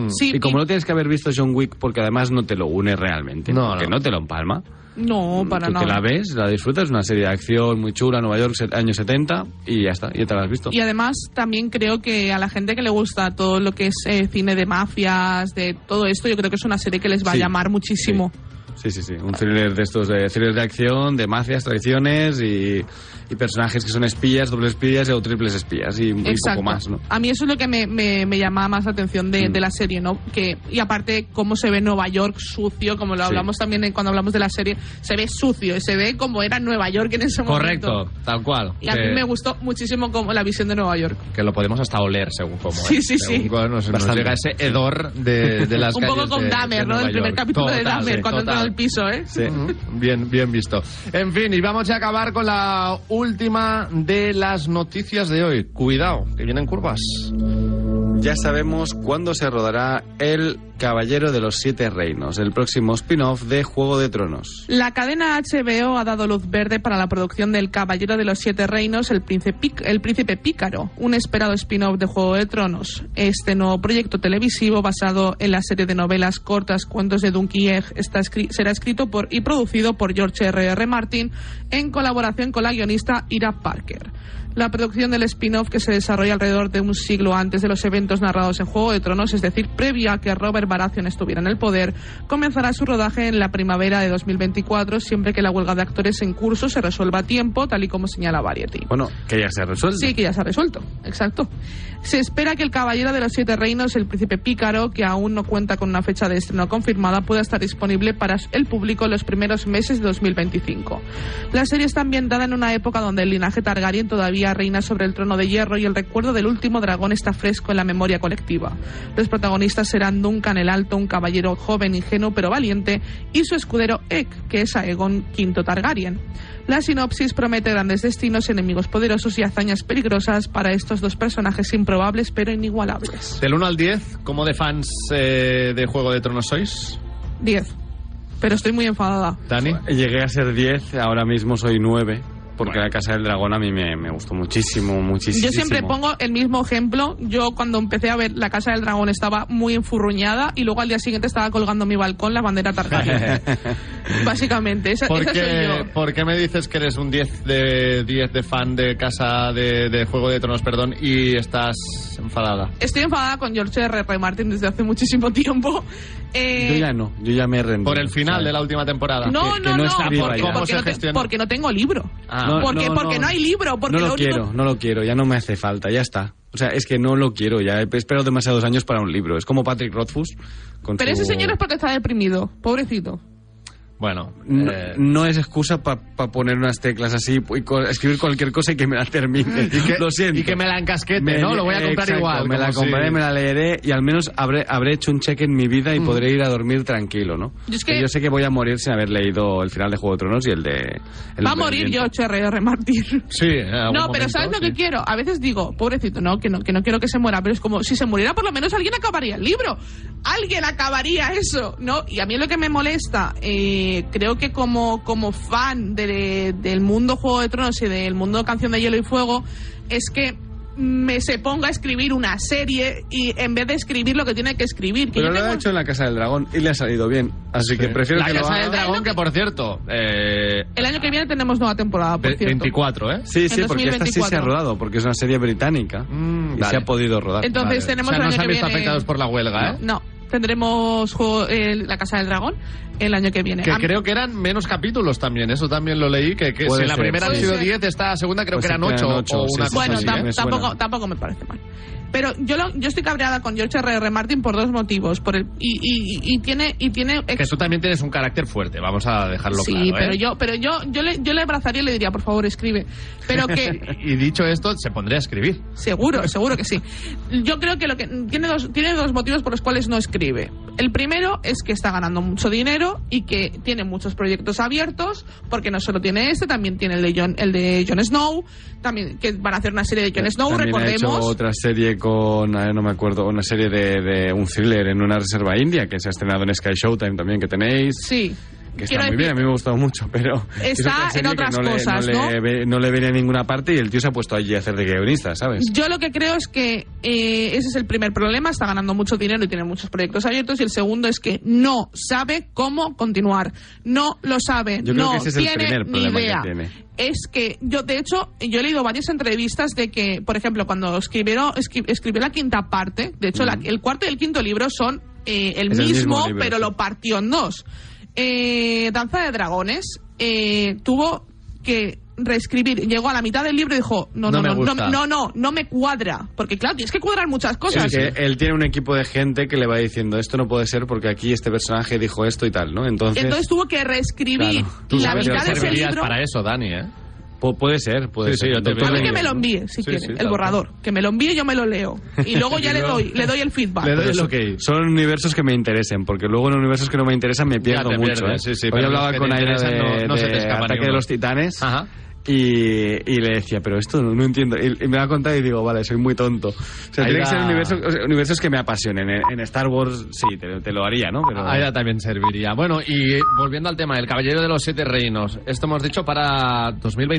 Sí, y como y- no tienes que haber visto John Wick, porque además no te lo une realmente, No, porque no. no. te lo empalma. no, para Tú mm, te la nada. ves, la disfrutas, es una serie de acción muy chula, Nueva York, set- años 70, y ya está, ya te la has visto. Y además también creo que a la gente que le gusta todo lo que es eh, cine de mafias, de todo esto, yo creo que es una serie que les va Sí, a llamar muchísimo. Sí, sí, sí. Un thriller de estos, de thrillers de acción, de mafias, traiciones y, y personajes que son espías, dobles espías o triples espías y, y Exacto. poco más, ¿no? A mí eso es lo que me, me, me llamaba más la atención Mm. de, de la serie, ¿no? Que, y aparte, cómo se ve Nueva York sucio, como lo Sí. hablamos también en- cuando hablamos de la serie, se ve sucio, se ve como era Nueva York en ese momento. Correcto, tal cual. Y a que, mí me gustó muchísimo como la visión de Nueva York. que lo podemos hasta oler según cómo. Sí, ¿eh? sí, Según sí. cómo nos, nos Bastante. llega este ese hedor de, de las Un calles poco con de- de Dahmer, ¿no? Nueva El primer York. capítulo de Total, Dahmer, sí, cuando entra total. al piso, ¿eh? Ujú, Bien, bien visto. En fin, y vamos ya a acabar con la última de las noticias de hoy. Cuidado, que vienen curvas. Ya sabemos cuándo se rodará El Caballero de los Siete Reinos, el próximo spin-off de Juego de Tronos. La cadena HBO ha dado luz verde para la producción del Caballero de los Siete Reinos, El Príncipe, Pic- El Príncipe Pícaro, un esperado spin-off de Juego de Tronos. Este nuevo proyecto televisivo basado en la serie de novelas cortas Cuentos de Dunkieg está escri- será escrito por y producido por George R.R. Martin en colaboración con la guionista Ira Parker. La producción del spin-off que se desarrolla alrededor de un siglo antes de los eventos narrados en Juego de Tronos, es decir, previo a que Robert Baratheon estuviera en el poder, comenzará su rodaje en la primavera de 2024, siempre que la huelga de actores en curso se resuelva a tiempo, tal y como señala Variety. Bueno, que ya se ha resuelto. Sí, que ya se ha resuelto, exacto. Se espera que el Caballero de los Siete Reinos, el Príncipe Pícaro, que aún no cuenta con una fecha de estreno confirmada, pueda estar disponible para el público en los primeros meses de 2025. La serie está ambientada en una época donde el linaje Targaryen todavía reina sobre el trono de hierro y el recuerdo del último dragón está fresco en la memoria colectiva. Los protagonistas serán Duncan el Alto, un caballero joven, ingenuo pero valiente, y su escudero Ek, que es Aegon V Targaryen. La sinopsis promete grandes destinos, enemigos poderosos y hazañas peligrosas para estos dos personajes improbables pero inigualables. Del 1 al 10, ¿cómo de fans eh, de Juego de Tronos sois? 10. Pero estoy muy enfadada. Dani. Llegué a ser 10, ahora mismo soy 9, porque la Casa del Dragón a mí me, me gustó muchísimo, muchísimo. Yo siempre pongo el mismo ejemplo. Yo cuando empecé a ver La Casa del Dragón estaba muy enfurruñada y luego al día siguiente estaba colgando en mi balcón la bandera Targaryen. Básicamente, esa, ¿Por esa soy qué, yo. por qué me dices que eres un 10 de 10 de fan de casa de, de Juego de Tronos, perdón, y estás enfadada? Estoy enfadada con George R. R. Martin desde hace muchísimo tiempo. Eh, Yo ya no, yo ya me he rendido. Por el final de la última temporada. No, que- que no, no no, escriba porque, ya. porque ¿Cómo se no te- gestiona? porque no tengo libro. Ah. No, porque no, porque no. no. hay libro, porque no lo, lo único- quiero, no lo quiero, ya no me hace falta, ya está. O sea, es que no lo quiero, ya he esperado demasiados años para un libro. Es como Patrick Rothfuss. Con Pero su- ese señor es porque está deprimido, pobrecito. Bueno, No, eh, no es excusa para poner unas teclas así y co- escribir cualquier cosa y que me la termine. y que, lo siento. y que me la encasquete, Me- ¿no? Lo voy a comprar exacto, igual. Me la como si- Mm. compraré, me la leeré y al menos habré, habré hecho un cheque en mi vida y podré ir a dormir tranquilo, ¿no? Yo es que- yo sé que voy a morir sin haber leído el final de Juego de Tronos y el de. el Va a del morir viento. George R.R. Martin. Sí, en algún No, pero momento, ¿sabes lo sí. que quiero? A veces digo, pobrecito, no que, no, que no quiero que se muera, pero es como, si se muriera, por lo menos alguien acabaría el libro. Alguien acabaría eso, ¿no? Y a mí lo que me molesta, eh, creo que como, como fan de- del mundo Juego de Tronos y del mundo Canción de Hielo y Fuego, es que me se ponga a escribir una serie y en vez de escribir lo que tiene que escribir. Que Pero yo lo tengo- ha hecho en la Casa del Dragón y le ha salido bien. Así que prefiero La que lo Casa haga. del Dragón, que por cierto, eh, El año que viene tenemos nueva temporada, por ve- cierto. 24, ¿eh? Sí, sí, en porque esta sí se ha 2024. rodado, porque es una serie británica Mm, y vale. se ha podido rodar. Entonces Vale. Pues o tenemos sea, el no año se han que visto viene. afectados por la huelga, ¿eh? No, tendremos juego, eh, la Casa del Dragón el año que viene. Que A- creo que eran menos capítulos también, eso también lo leí, que, que Puede si la ser. primera han Puede sido ser. 10, esta segunda creo Pues que sí, eran que 8 eran ocho, o sí, una sí, cosa Bueno, sí, así, tam- ¿eh? me suena. tampoco, tampoco me parece mal. Pero yo lo- yo estoy cabreada con George R. R. Martin por dos motivos. Por el, y, y- y- y tiene, y tiene ex- Que tú también tienes un carácter fuerte, vamos a dejarlo sí, claro. ¿eh? pero yo, pero yo, yo le, yo le abrazaría y le diría, por favor, escribe. Pero que Y dicho esto, se pondría a escribir. seguro, seguro que sí. Yo creo que lo que tiene dos, tiene dos motivos por los cuales no describe. El primero es que está ganando mucho dinero y que tiene muchos proyectos abiertos, porque no solo tiene este, también tiene el de Jon el de Jon Snow, también que van a hacer una serie de Jon Snow, También ha hecho recordemos. otra serie con, a ver, no me acuerdo, una serie de, de un thriller en una reserva india que se ha estrenado en Sky Showtime también que tenéis. Sí. Que Quiero está muy decir- bien, a mí me ha gustado mucho, pero. es Está en serie que otras no le- cosas, no, le, ¿no? ve- no le venía a ninguna parte y el tío se ha puesto allí a hacer de guionista, ¿sabes? Yo lo que creo es que eh, ese es el primer problema, está ganando mucho dinero y tiene muchos proyectos abiertos, y el segundo es que no sabe cómo continuar, no lo sabe, Yo creo no que ese es el tiene primer ni problema que idea. tiene. Es que yo, de hecho, yo he leído varias entrevistas de que, por ejemplo, cuando escribieron, escri- escribió la quinta parte, de hecho, la- el cuarto y el quinto libro son eh, el, Es el mismo, mismo libro, pero sí. lo partió en dos. Eh, Danza de Dragones eh, tuvo que reescribir, llegó a la mitad del libro y dijo, no, no, No me no, no, gusta. no, no, no me cuadra. Porque claro, tienes que cuadrar muchas Es cosas. que él tiene un equipo de gente que le va diciendo esto no puede ser porque aquí este personaje dijo esto y tal, ¿no? Entonces, Entonces tuvo que reescribir Claro. Tú la sabes que mitad de ese servirías libro. para eso, Dani, ¿eh? pu- puede ser, puede Sí, ser. sí, yo te Doctor A mí que Mengele, me lo ¿no? envíe, Sí, si quiere, sí, el tal borrador. Que me lo envíe y yo me lo leo. Y luego ya le doy, le doy el feedback. Le Pero doy eso- el ok. Son universos que me interesen, porque luego en universos que no me interesan me pierdo te mucho. pierdes, sí, ¿eh? sí, Hoy pero hablaba los que con te Aira de, interesan no- no se te de escapa Ataque de ninguno. los Titanes. Ajá. Y, y le decía, pero esto no, no entiendo. Y, y me ha contado y digo, vale, soy muy tonto. O sea, Aira- tiene que ser universo- o sea, universos que me apasionen. En, en Star Wars sí, te, te lo haría, ¿no? Pero, Aida también serviría. Bueno, y eh, volviendo al tema, El Caballero de los Siete Reinos. Esto hemos dicho para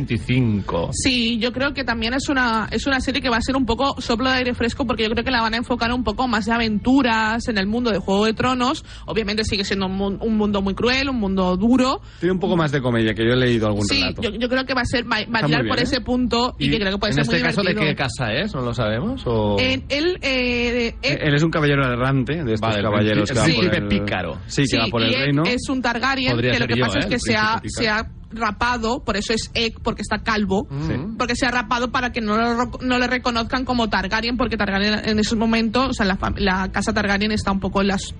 2025. Sí, yo creo que también es una, es una serie que va a ser un poco soplo de aire fresco porque yo creo que la van a enfocar un poco más de aventuras en el mundo de Juego de Tronos. Obviamente sigue siendo un, mun- un mundo muy cruel, un mundo duro. Tiene un poco más de comedia, que yo he leído algún Sí, relato. yo, yo creo que va a ser va, va a muy tirar bien, por ¿eh? ese punto y, que creo que puede en ser este muy caso, ¿de divertido. qué casa es? ¿No lo sabemos? O... En- él, eh, Ed- Él es un caballero errante de estos Vale, el caballeros. príncipe- que van el por príncipe pícaro. Sí, que sí, va por el y Ed reino. es un Targaryen Podría que lo ser que yo, pasa ¿eh? es que El se ha, príncipe se ha rapado, por eso es Egg, porque está calvo, Mm. porque se ha rapado para que no, lo ro- no le reconozcan como Targaryen, porque Targaryen en esos momentos, o sea, la, fam- la casa Targaryen está un poco en las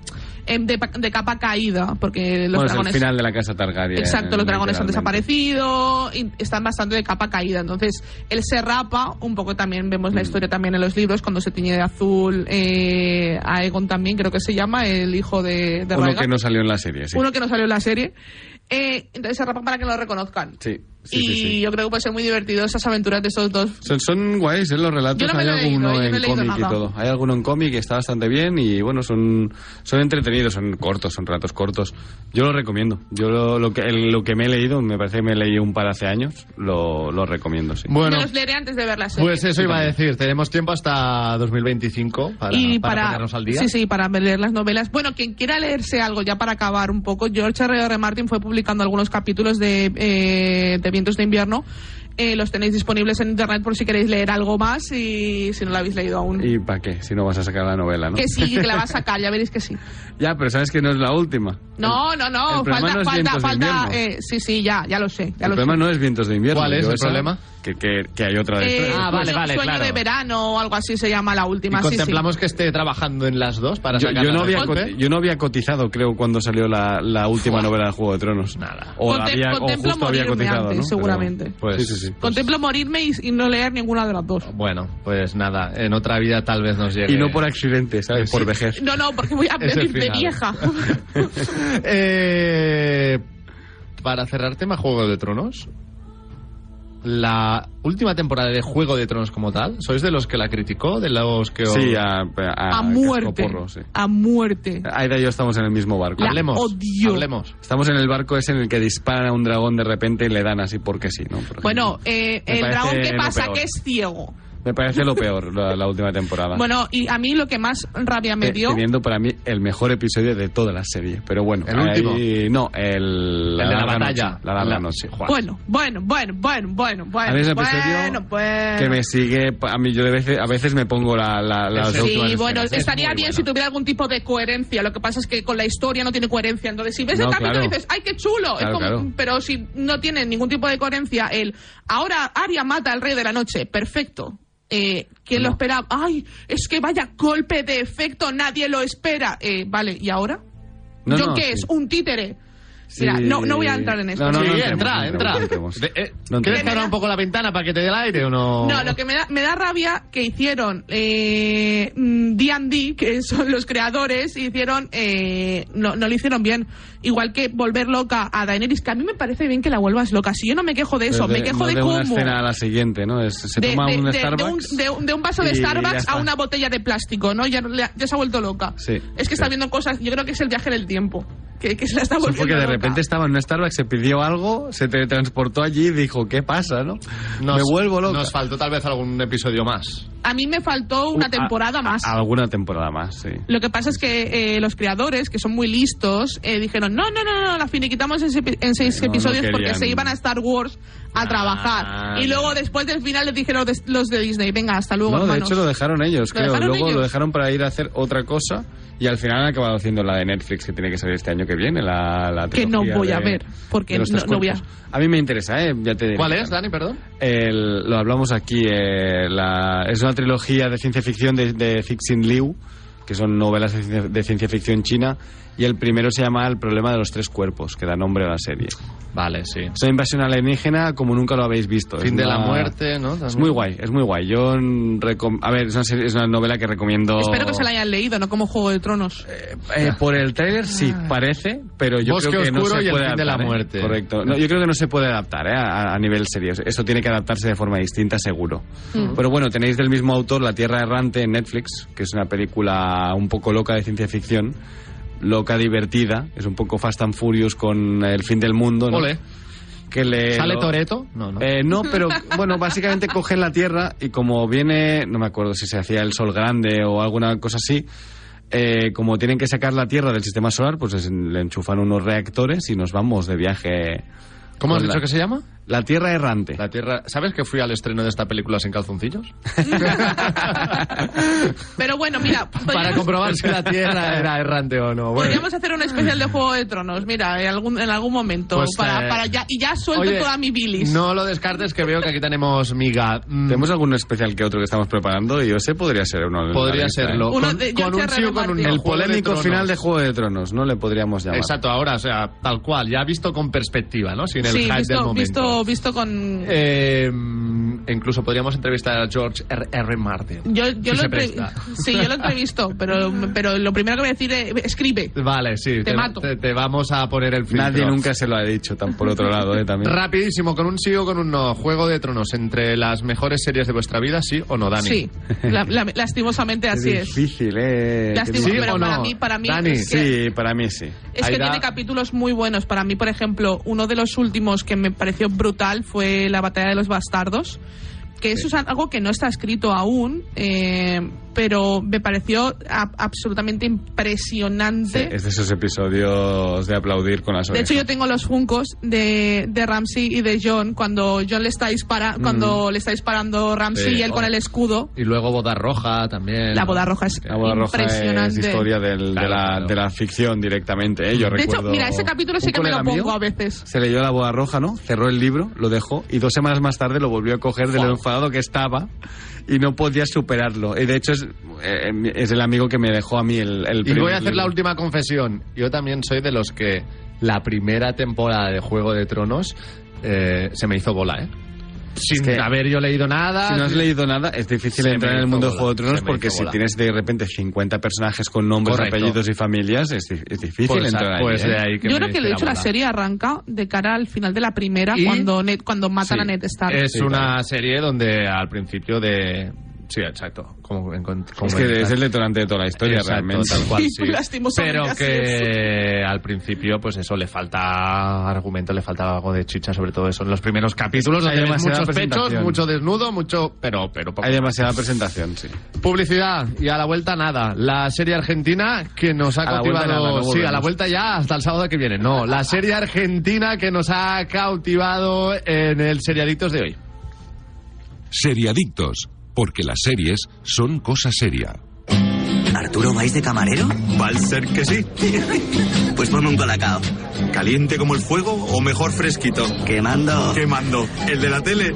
en- de, pa- de capa caída, porque los Bueno, es dragones... el final de la casa Targaryen. Exacto, los dragones han literalmente. desaparecido y están bastante de capa caída. Entonces, él se rapa, un poco también vemos Mm. la historia también en los libros, cuando se tiñe de azul eh, Aegon también, creo que se llama, el hijo de, de Uno Rhaegar. que no salió en la serie, sí. uno que no salió en la serie. Eh, entonces se rapa para que lo reconozcan. Sí, sí, y sí, sí. yo creo que puede ser muy divertido esas aventuras de esos dos. Son, son guays, ¿eh? Los relatos. Yo no me hay lo he leído, alguno ¿eh? Yo no he en leído cómic y nada. todo. Hay alguno en cómic que está bastante bien y, bueno, son, son entretenidos, son cortos, son ratos cortos. Yo lo recomiendo. Yo lo, lo que, el- lo que me he leído, me parece que me leí un par hace años, lo, lo recomiendo, sí. Bueno, Me los leeré antes de ver la serie. pues eso iba a decir. Tenemos tiempo hasta 2025 para, y para para, ponernos al día. Sí, sí, para leer las novelas. Bueno, quien quiera leerse algo ya para acabar un poco, George R. R. Martin fue publicando algunos capítulos de, eh, de Vientos de Invierno. Eh, los tenéis disponibles en internet por si queréis leer algo más y si no lo habéis leído aún. ¿Y para qué? Si no vas a sacar la novela, ¿no? Que sí, que la va a sacar, ya veréis que sí. Ya, pero sabes que no es la última. No, no, no, el problema falta, no es falta, Vientos de falta. Invierno. eh, sí, sí, ya, ya lo sé. Ya el lo problema sé. no es vientos de invierno. ¿Cuál es yo el esa- problema? Que, que- que hay otra Eh, de Ah, vale, sueño- vale, sueño claro. de verano o algo así se llama la Y última. sí, sí. contemplamos que esté trabajando en las dos para Yo, sacar yo no ¿eh? la había respuesta. coti- yo no había cotizado, creo, cuando salió la, la última Fua. novela de Juego de Tronos. Nada. O, Contem- había, o contemplo justo había morirme cotizado, antes, ¿no? seguramente. Pero, pues, sí, sí, sí. Contemplo morirme y, y no leer ninguna de las dos. Bueno, pues nada. En otra vida tal vez nos llegue. Y no por accidente, ¿sabes? Por vejez. No, no, porque voy a Es el venir de final. vieja. Eh, para cerrar tema Juego de Tronos, la última temporada de Juego de Tronos como tal, ¿sois de los que la criticó? ¿De los que os- Sí, a, a, a muerte. Ah, cascoporro, sí. Ah, A muerte. Aida y yo estamos en el mismo barco. La hablemos, odio. hablemos. Estamos en el barco ese en el que disparan a un dragón de repente y le dan así porque sí, ¿no? Por Bueno, ejemplo. eh, Me el parece dragón que lo pasa peor. que es ciego. Me parece lo peor la, la última temporada. Bueno, y a mí lo que más rabia me Eh, dio. Teniendo para mí el mejor episodio de toda la serie. Pero bueno, ¿El último? ahí- no, el, El de la larga batalla. noche, la larga La- noche. Juan. Bueno, bueno, bueno, bueno, bueno, bueno. A mí es el episodio bueno, bueno. que me sigue. pa- A mí yo de veces, a veces me pongo la, la, las Sí, últimas Sí, bueno, escenas. estaría muy bien bueno. si tuviera algún tipo de coherencia. Lo que pasa es que con la historia no tiene coherencia. Entonces, si ves No, el capítulo claro. dices, ¡ay, qué chulo! Es Claro, como- claro. Pero si no tiene ningún tipo de coherencia, el ahora Aria mata al rey de la noche, perfecto. Eh, ¿Quién lo esperaba? ¡Ay, es que vaya golpe de efecto! Nadie lo espera. Eh, vale, ¿y ahora? No, ¿Yo no, qué sí. es? ¿Un títere? Mira, no- no voy a entrar en esto. No, no, Sí, no sí, entremos, no entra, entra. entremos. De- eh, No ¿Quieres entremos. que abra un poco la ventana para que te dé el aire o no? No, lo que me da, me da rabia que hicieron eh, mm, D&D, que son los creadores, hicieron eh, no, no lo hicieron bien. Igual que volver loca a Daenerys, que a mí me parece bien que la vuelvas loca. Si yo no me quejo de eso, Pero me quejo no de, Pues de cómo... una escena a la siguiente, ¿no? Es- se de, toma de- un de- de Starbucks. un- de un- de un vaso y de ya Starbucks está. a una botella de plástico, ¿no? Ya, le ha- ya se ha vuelto loca. Sí, es que está sí. viendo cosas, yo creo que es el viaje en el tiempo, que, que se la está Eso volviendo porque de loca. repente estaba en un Starbucks, se pidió algo, se te transportó allí y dijo, ¿qué pasa, no? Nos- Me vuelvo loco. Nos faltó tal vez algún episodio más. A mí me faltó una temporada más. Alguna temporada más, sí. Lo que pasa es que eh, los creadores, que son muy listos, eh, dijeron, no, no, no, no, la finiquitamos en, sepi- en seis No, no episodios porque querían. se iban a Star Wars Ah, a trabajar. Y luego después del final les dijeron de- los de Disney, venga, hasta luego, No, de hermanos. hecho lo dejaron ellos, Lo creo. dejaron Luego lo ellos. dejaron para ir a hacer otra cosa y al final han acabado haciendo la de Netflix que tiene que salir este año que viene, la, la Que no trilogía voy a de- ver, porque de los tres no- no voy a- cuerpos. A mí me interesa, ¿eh? Ya te diré. ¿Cuál es, Dani, perdón? El- lo hablamos aquí, eh, la- es una trilogía de ciencia ficción de, de Cixin Liu, que son novelas de ciencia, de ciencia ficción china, y el primero se llama El problema de los tres cuerpos, que da nombre a la serie. Vale, sí. Es una invasión alienígena como nunca lo habéis visto. Es Fin de la una- muerte, ¿no? Es muy guay, es muy guay. Yo, mm, recom- a ver, es una, serie- es una novela que recomiendo... Espero que se la hayan leído, no como Juego de Tronos. Eh, por el tráiler sí parece, pero yo Bosque creo que no oscuro se y el puede fin de la adaptar, ¿eh? muerte. Correcto. No, yo creo que no se puede adaptar ¿eh? a, a nivel serio. Eso tiene que adaptarse de forma distinta, seguro. Pero bueno, tenéis del mismo autor La Tierra Errante en Netflix, que es una película un poco loca de ciencia ficción, loca divertida, es un poco Fast and Furious con el fin del mundo. ¿no? Ole. Que le ¿Sale lo- Toreto? eh, No, no. eh, no, pero bueno, básicamente cogen la tierra y como viene, no me acuerdo si se hacía el sol grande o alguna cosa así, eh, como tienen que sacar la tierra del sistema solar, pues es- le enchufan unos reactores y nos vamos de viaje. ¿Cómo has con la- dicho que se llama? La tierra errante. La Tierra. ¿Sabes que fui al estreno de esta película sin calzoncillos? Pero bueno, mira, Para podríamos, comprobar si la Tierra era errante o no. Bueno. podríamos hacer un especial de Juego de Tronos, mira, en algún, en algún momento. Pues, para, eh, para ya, y ya suelto Oye, toda mi bilis. No lo descartes, que veo que aquí tenemos miga. Mm, ¿Tenemos algún especial que otro que estamos preparando? Yo sé, podría ser uno. en la Podría lista, serlo. ¿eh? Uno con de- con yo un te sí o con un repartí. no. El Juego de polémico Tronos. final de Juego de Tronos, ¿no? Le podríamos llamar. Exacto, ahora, o sea, tal cual, ya visto con perspectiva, ¿no? Sin el sí, hype del visto, momento. visto, visto con... Eh, incluso podríamos entrevistar a George R. R. Martin. Yo, yo si lo se entrevi- presta. sí, yo lo entrevisto, pero, pero lo primero que voy a decir es, escribe. Vale, sí. Te, mato. Te, te vamos a poner el filtro. Nadie nunca se lo ha dicho, tan por otro lado, ¿eh? También. Rapidísimo, con un sí o con un no. Juego de Tronos, entre las mejores series de vuestra vida, sí o no, Dani. Sí, la- la- lastimosamente así es es. difícil, ¿eh? Lástima, ¿Sí pero o no? para mí, para mí Dani, es que, Sí, para mí sí. es que Aida- tiene capítulos muy buenos. Para mí, por ejemplo, uno de los últimos que me pareció brutal fue la batalla de los bastardos. Que eso es algo que no está escrito aún, eh, pero me pareció a- absolutamente impresionante. Es de esos episodios de aplaudir con las De orejas. hecho, yo tengo los funcos de, de Ramsey y de John cuando John le está dispara, Mm. cuando le está disparando Ramsey Sí, y él con oh. el escudo. Y luego Boda Roja también. La boda roja es La boda roja es impresionante. historia del- Claro, de, la, claro. de la ficción directamente. ¿eh? Yo de hecho, recuerdo mira, ese capítulo sí un que me lo colega pongo mío a veces. Se leyó la boda roja, ¿no? Cerró el libro, lo dejó y dos semanas más tarde lo volvió a coger de lo enfadado que estaba y no podía superarlo. Y de hecho es, eh, es el amigo que me dejó a mí el, el Y primer voy a hacer libro. la última confesión. Yo también soy de los que la primera temporada de Juego de Tronos eh, se me hizo bola, ¿eh. Sin que- haber yo leído nada. Si no has sin- leído nada, es difícil Ah, Se entrar me en el hizo mundo de bola, Juego de Tronos se me porque hizo si bola. tienes de repente 50 personajes con nombres, Correcto. apellidos y familias, es, di- es difícil Pues, entrar ahí. pues ¿eh? de ahí que Yo me creo que de hiciera hecho la bola. serie arranca de cara al final de la primera Y- cuando Ned, cuando matan Sí. a Ned Stark. Es Sí, una claro. serie donde al principio de. Sí, exacto. Como, en- como Es que en- es el detonante de toda la historia Exacto, realmente. tal cual, Sí, sí. lastimosamente Pero así que eh, al principio, pues eso, le falta argumento, le falta algo de chicha, sobre todo eso. En los primeros capítulos Hay hay demasiada muchos pechos, presentación. mucho desnudo, mucho... Pero, pero... poco. Hay demasiada presentación, sí. Publicidad y a la vuelta nada. La serie argentina que nos ha A la vuelta cautivado... nada, no sí, a la volvemos. vuelta ya hasta el sábado que viene. No, la serie argentina que nos ha cautivado en el Seriaditos de hoy. Seriadictos, porque las series son cosa seria. ¿Arturo vais de camarero? Va a ser que sí. Pues ponme un colacao. ¿Caliente como el fuego o mejor fresquito? Quemando. ¿Qué mando? ¿El de la tele?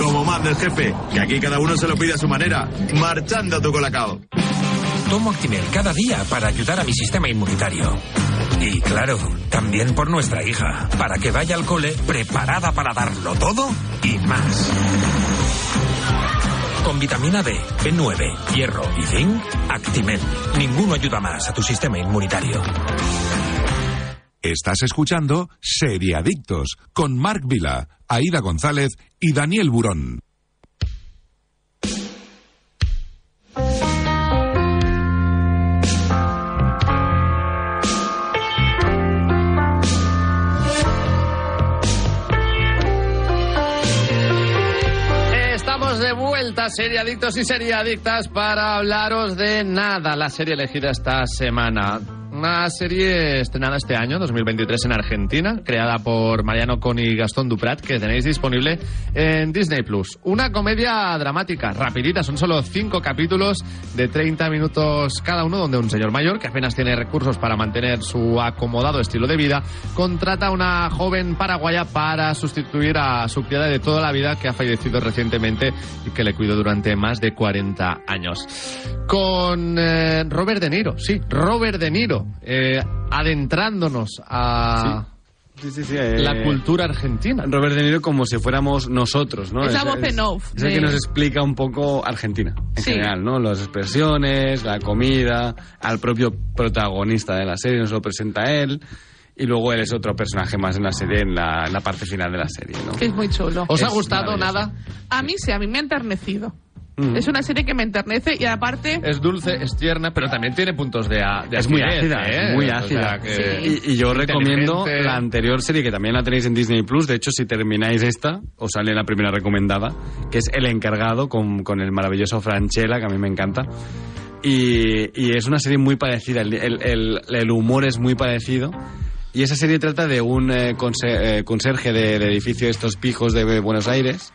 Como manda el jefe, que aquí cada uno se lo pide a su manera. Marchando tu colacao. Tomo Actimel cada día para ayudar a mi sistema inmunitario. Y claro, también por nuestra hija, para que vaya al cole preparada para darlo todo y más. Con vitamina D, B9, hierro y zinc, Actimel. Ninguno ayuda más a tu sistema inmunitario. Estás escuchando Seriadictos con Marc Vila, Aida González y Daniel Burón. Estamos de vuelta, seriadictos y seriadictas, para hablaros de nada, la serie elegida esta semana. Una serie estrenada este año, 2023, en Argentina, creada por Mariano Con y Gastón Duprat, que tenéis disponible en Disney Plus. Una comedia dramática, rapidita, son solo cinco capítulos de 30 minutos cada uno, donde un señor mayor, que apenas tiene recursos para mantener su acomodado estilo de vida, contrata a una joven paraguaya para sustituir a su criada de toda la vida que ha fallecido recientemente y que le cuidó durante más de 40 años. Con eh, Robert De Niro, sí, Robert De Niro, eh, adentrándonos a Sí, sí, sí, eh, la cultura argentina. Robert De Niro como si fuéramos nosotros, ¿no? Es la voz en off Es el de- que nos explica un poco Argentina, en Sí. general, ¿no? Las expresiones, la comida, al propio protagonista de la serie, nos lo presenta él. Y luego él es otro personaje más en la serie, en la, en la parte final de la serie, ¿no? que es muy chulo. ¿Os ha Es gustado nada? maravilloso. A mí sí, a mí me ha enternecido. Mm. Es una serie que me enternece y aparte... Es dulce, es tierna, pero también tiene puntos de, a- de es muy acidez, ácida, ¿eh? es muy O sea ácida. que- Y, y yo recomiendo inteligente. la anterior serie, que también la tenéis en Disney Plus. De hecho, si termináis esta, os sale la primera recomendada, que es El Encargado, con, con el maravilloso Franchella, que a mí me encanta. Y, y es una serie muy parecida, el, el- el- el humor es muy parecido. Y esa serie trata de un eh, conse- eh, conserje de- del edificio de estos pijos de Buenos Aires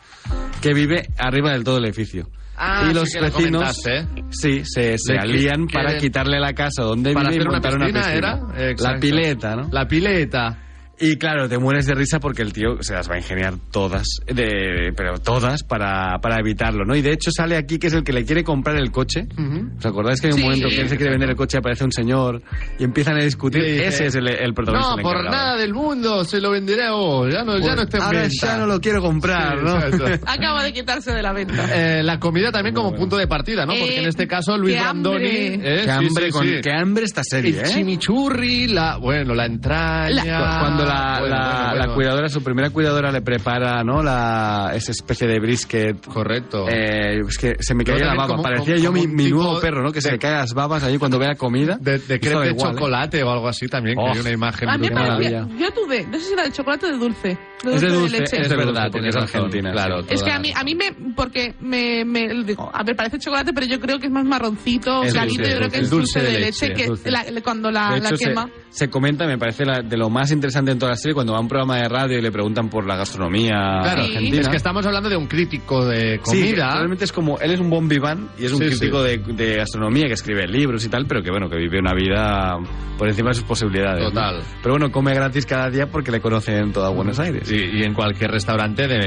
que vive arriba del todo el edificio. Ah, y sí los que lo vecinos comentaste, ¿eh? sí, se, se Le alían quieren- para quitarle la casa donde Para vive y hacer una montar piscina, ¿era? eh, piscina. Exacto. La pileta, ¿no? La pileta. Y claro, te mueres de risa porque el tío se las va a ingeniar todas, de, pero todas para, para evitarlo, ¿no? Y de hecho sale aquí que es el que le quiere comprar el coche. Mm. ¿Os acordáis que hay un Sí. momento que él se quiere vender el coche, aparece un señor y empiezan a discutir? Y dice, Ese es el, el protagonista. No, del por encargado. nada del mundo se lo venderé a vos. Ya no, ya no está en Ahora venta. ya no lo quiero comprar, Sí, ¿no? exacto. Acaba de quitarse de la venta. Eh, la comida también como punto de partida, ¿no? Porque Eh, en este caso Luis qué Brandoni... hambre. eh, sí, qué, hambre sí, con, sí. qué hambre esta serie, El ¿eh? chimichurri, la... Bueno, la entraña... Cu- Pues cuando la, Ah, Bueno, la- bueno, la bueno. cuidadora, su primera cuidadora le prepara, ¿no? La, esa especie de brisket. Correcto. Eh, es que se me Luego caía la Oh. también baba. como- Parecía como- yo mi, como un mi tipo nuevo perro, ¿no? Que se de- le caen las babas allí cuando vea comida. de, de Hizo crepe igual, ¿eh? chocolate o algo así también, que Oh. hay una imagen... A mí me qué brutal. parecía... maravilla. Yo tuve, no sé si era de chocolate o de dulce. De Es dulce de de, dulce, leche. es Es de verdad, porque tienes es razón. argentina, Claro, sí. Es que toda- a mí, a mí me, porque me, me- digo, a ver, parece chocolate, pero yo creo que es más marroncito, Es clarito, dulce, yo creo que es es dulce de leche, es dulce. que la- le- cuando la, De la hecho, se, quema. se comenta, me parece la- de lo más interesante en toda la serie, cuando va a un programa de radio y le preguntan por la gastronomía Claro, argentina. es que estamos hablando de un crítico de Sí, comida. realmente es como, él es un bon vivant y es un Sí, crítico De, de gastronomía que escribe libros y tal, pero que bueno, que vive una vida por encima de sus posibilidades. ¿no? Total. Mm. Pero bueno, come gratis cada día porque le conocen en toda Buenos Aires. y, y en cualquier restaurante de,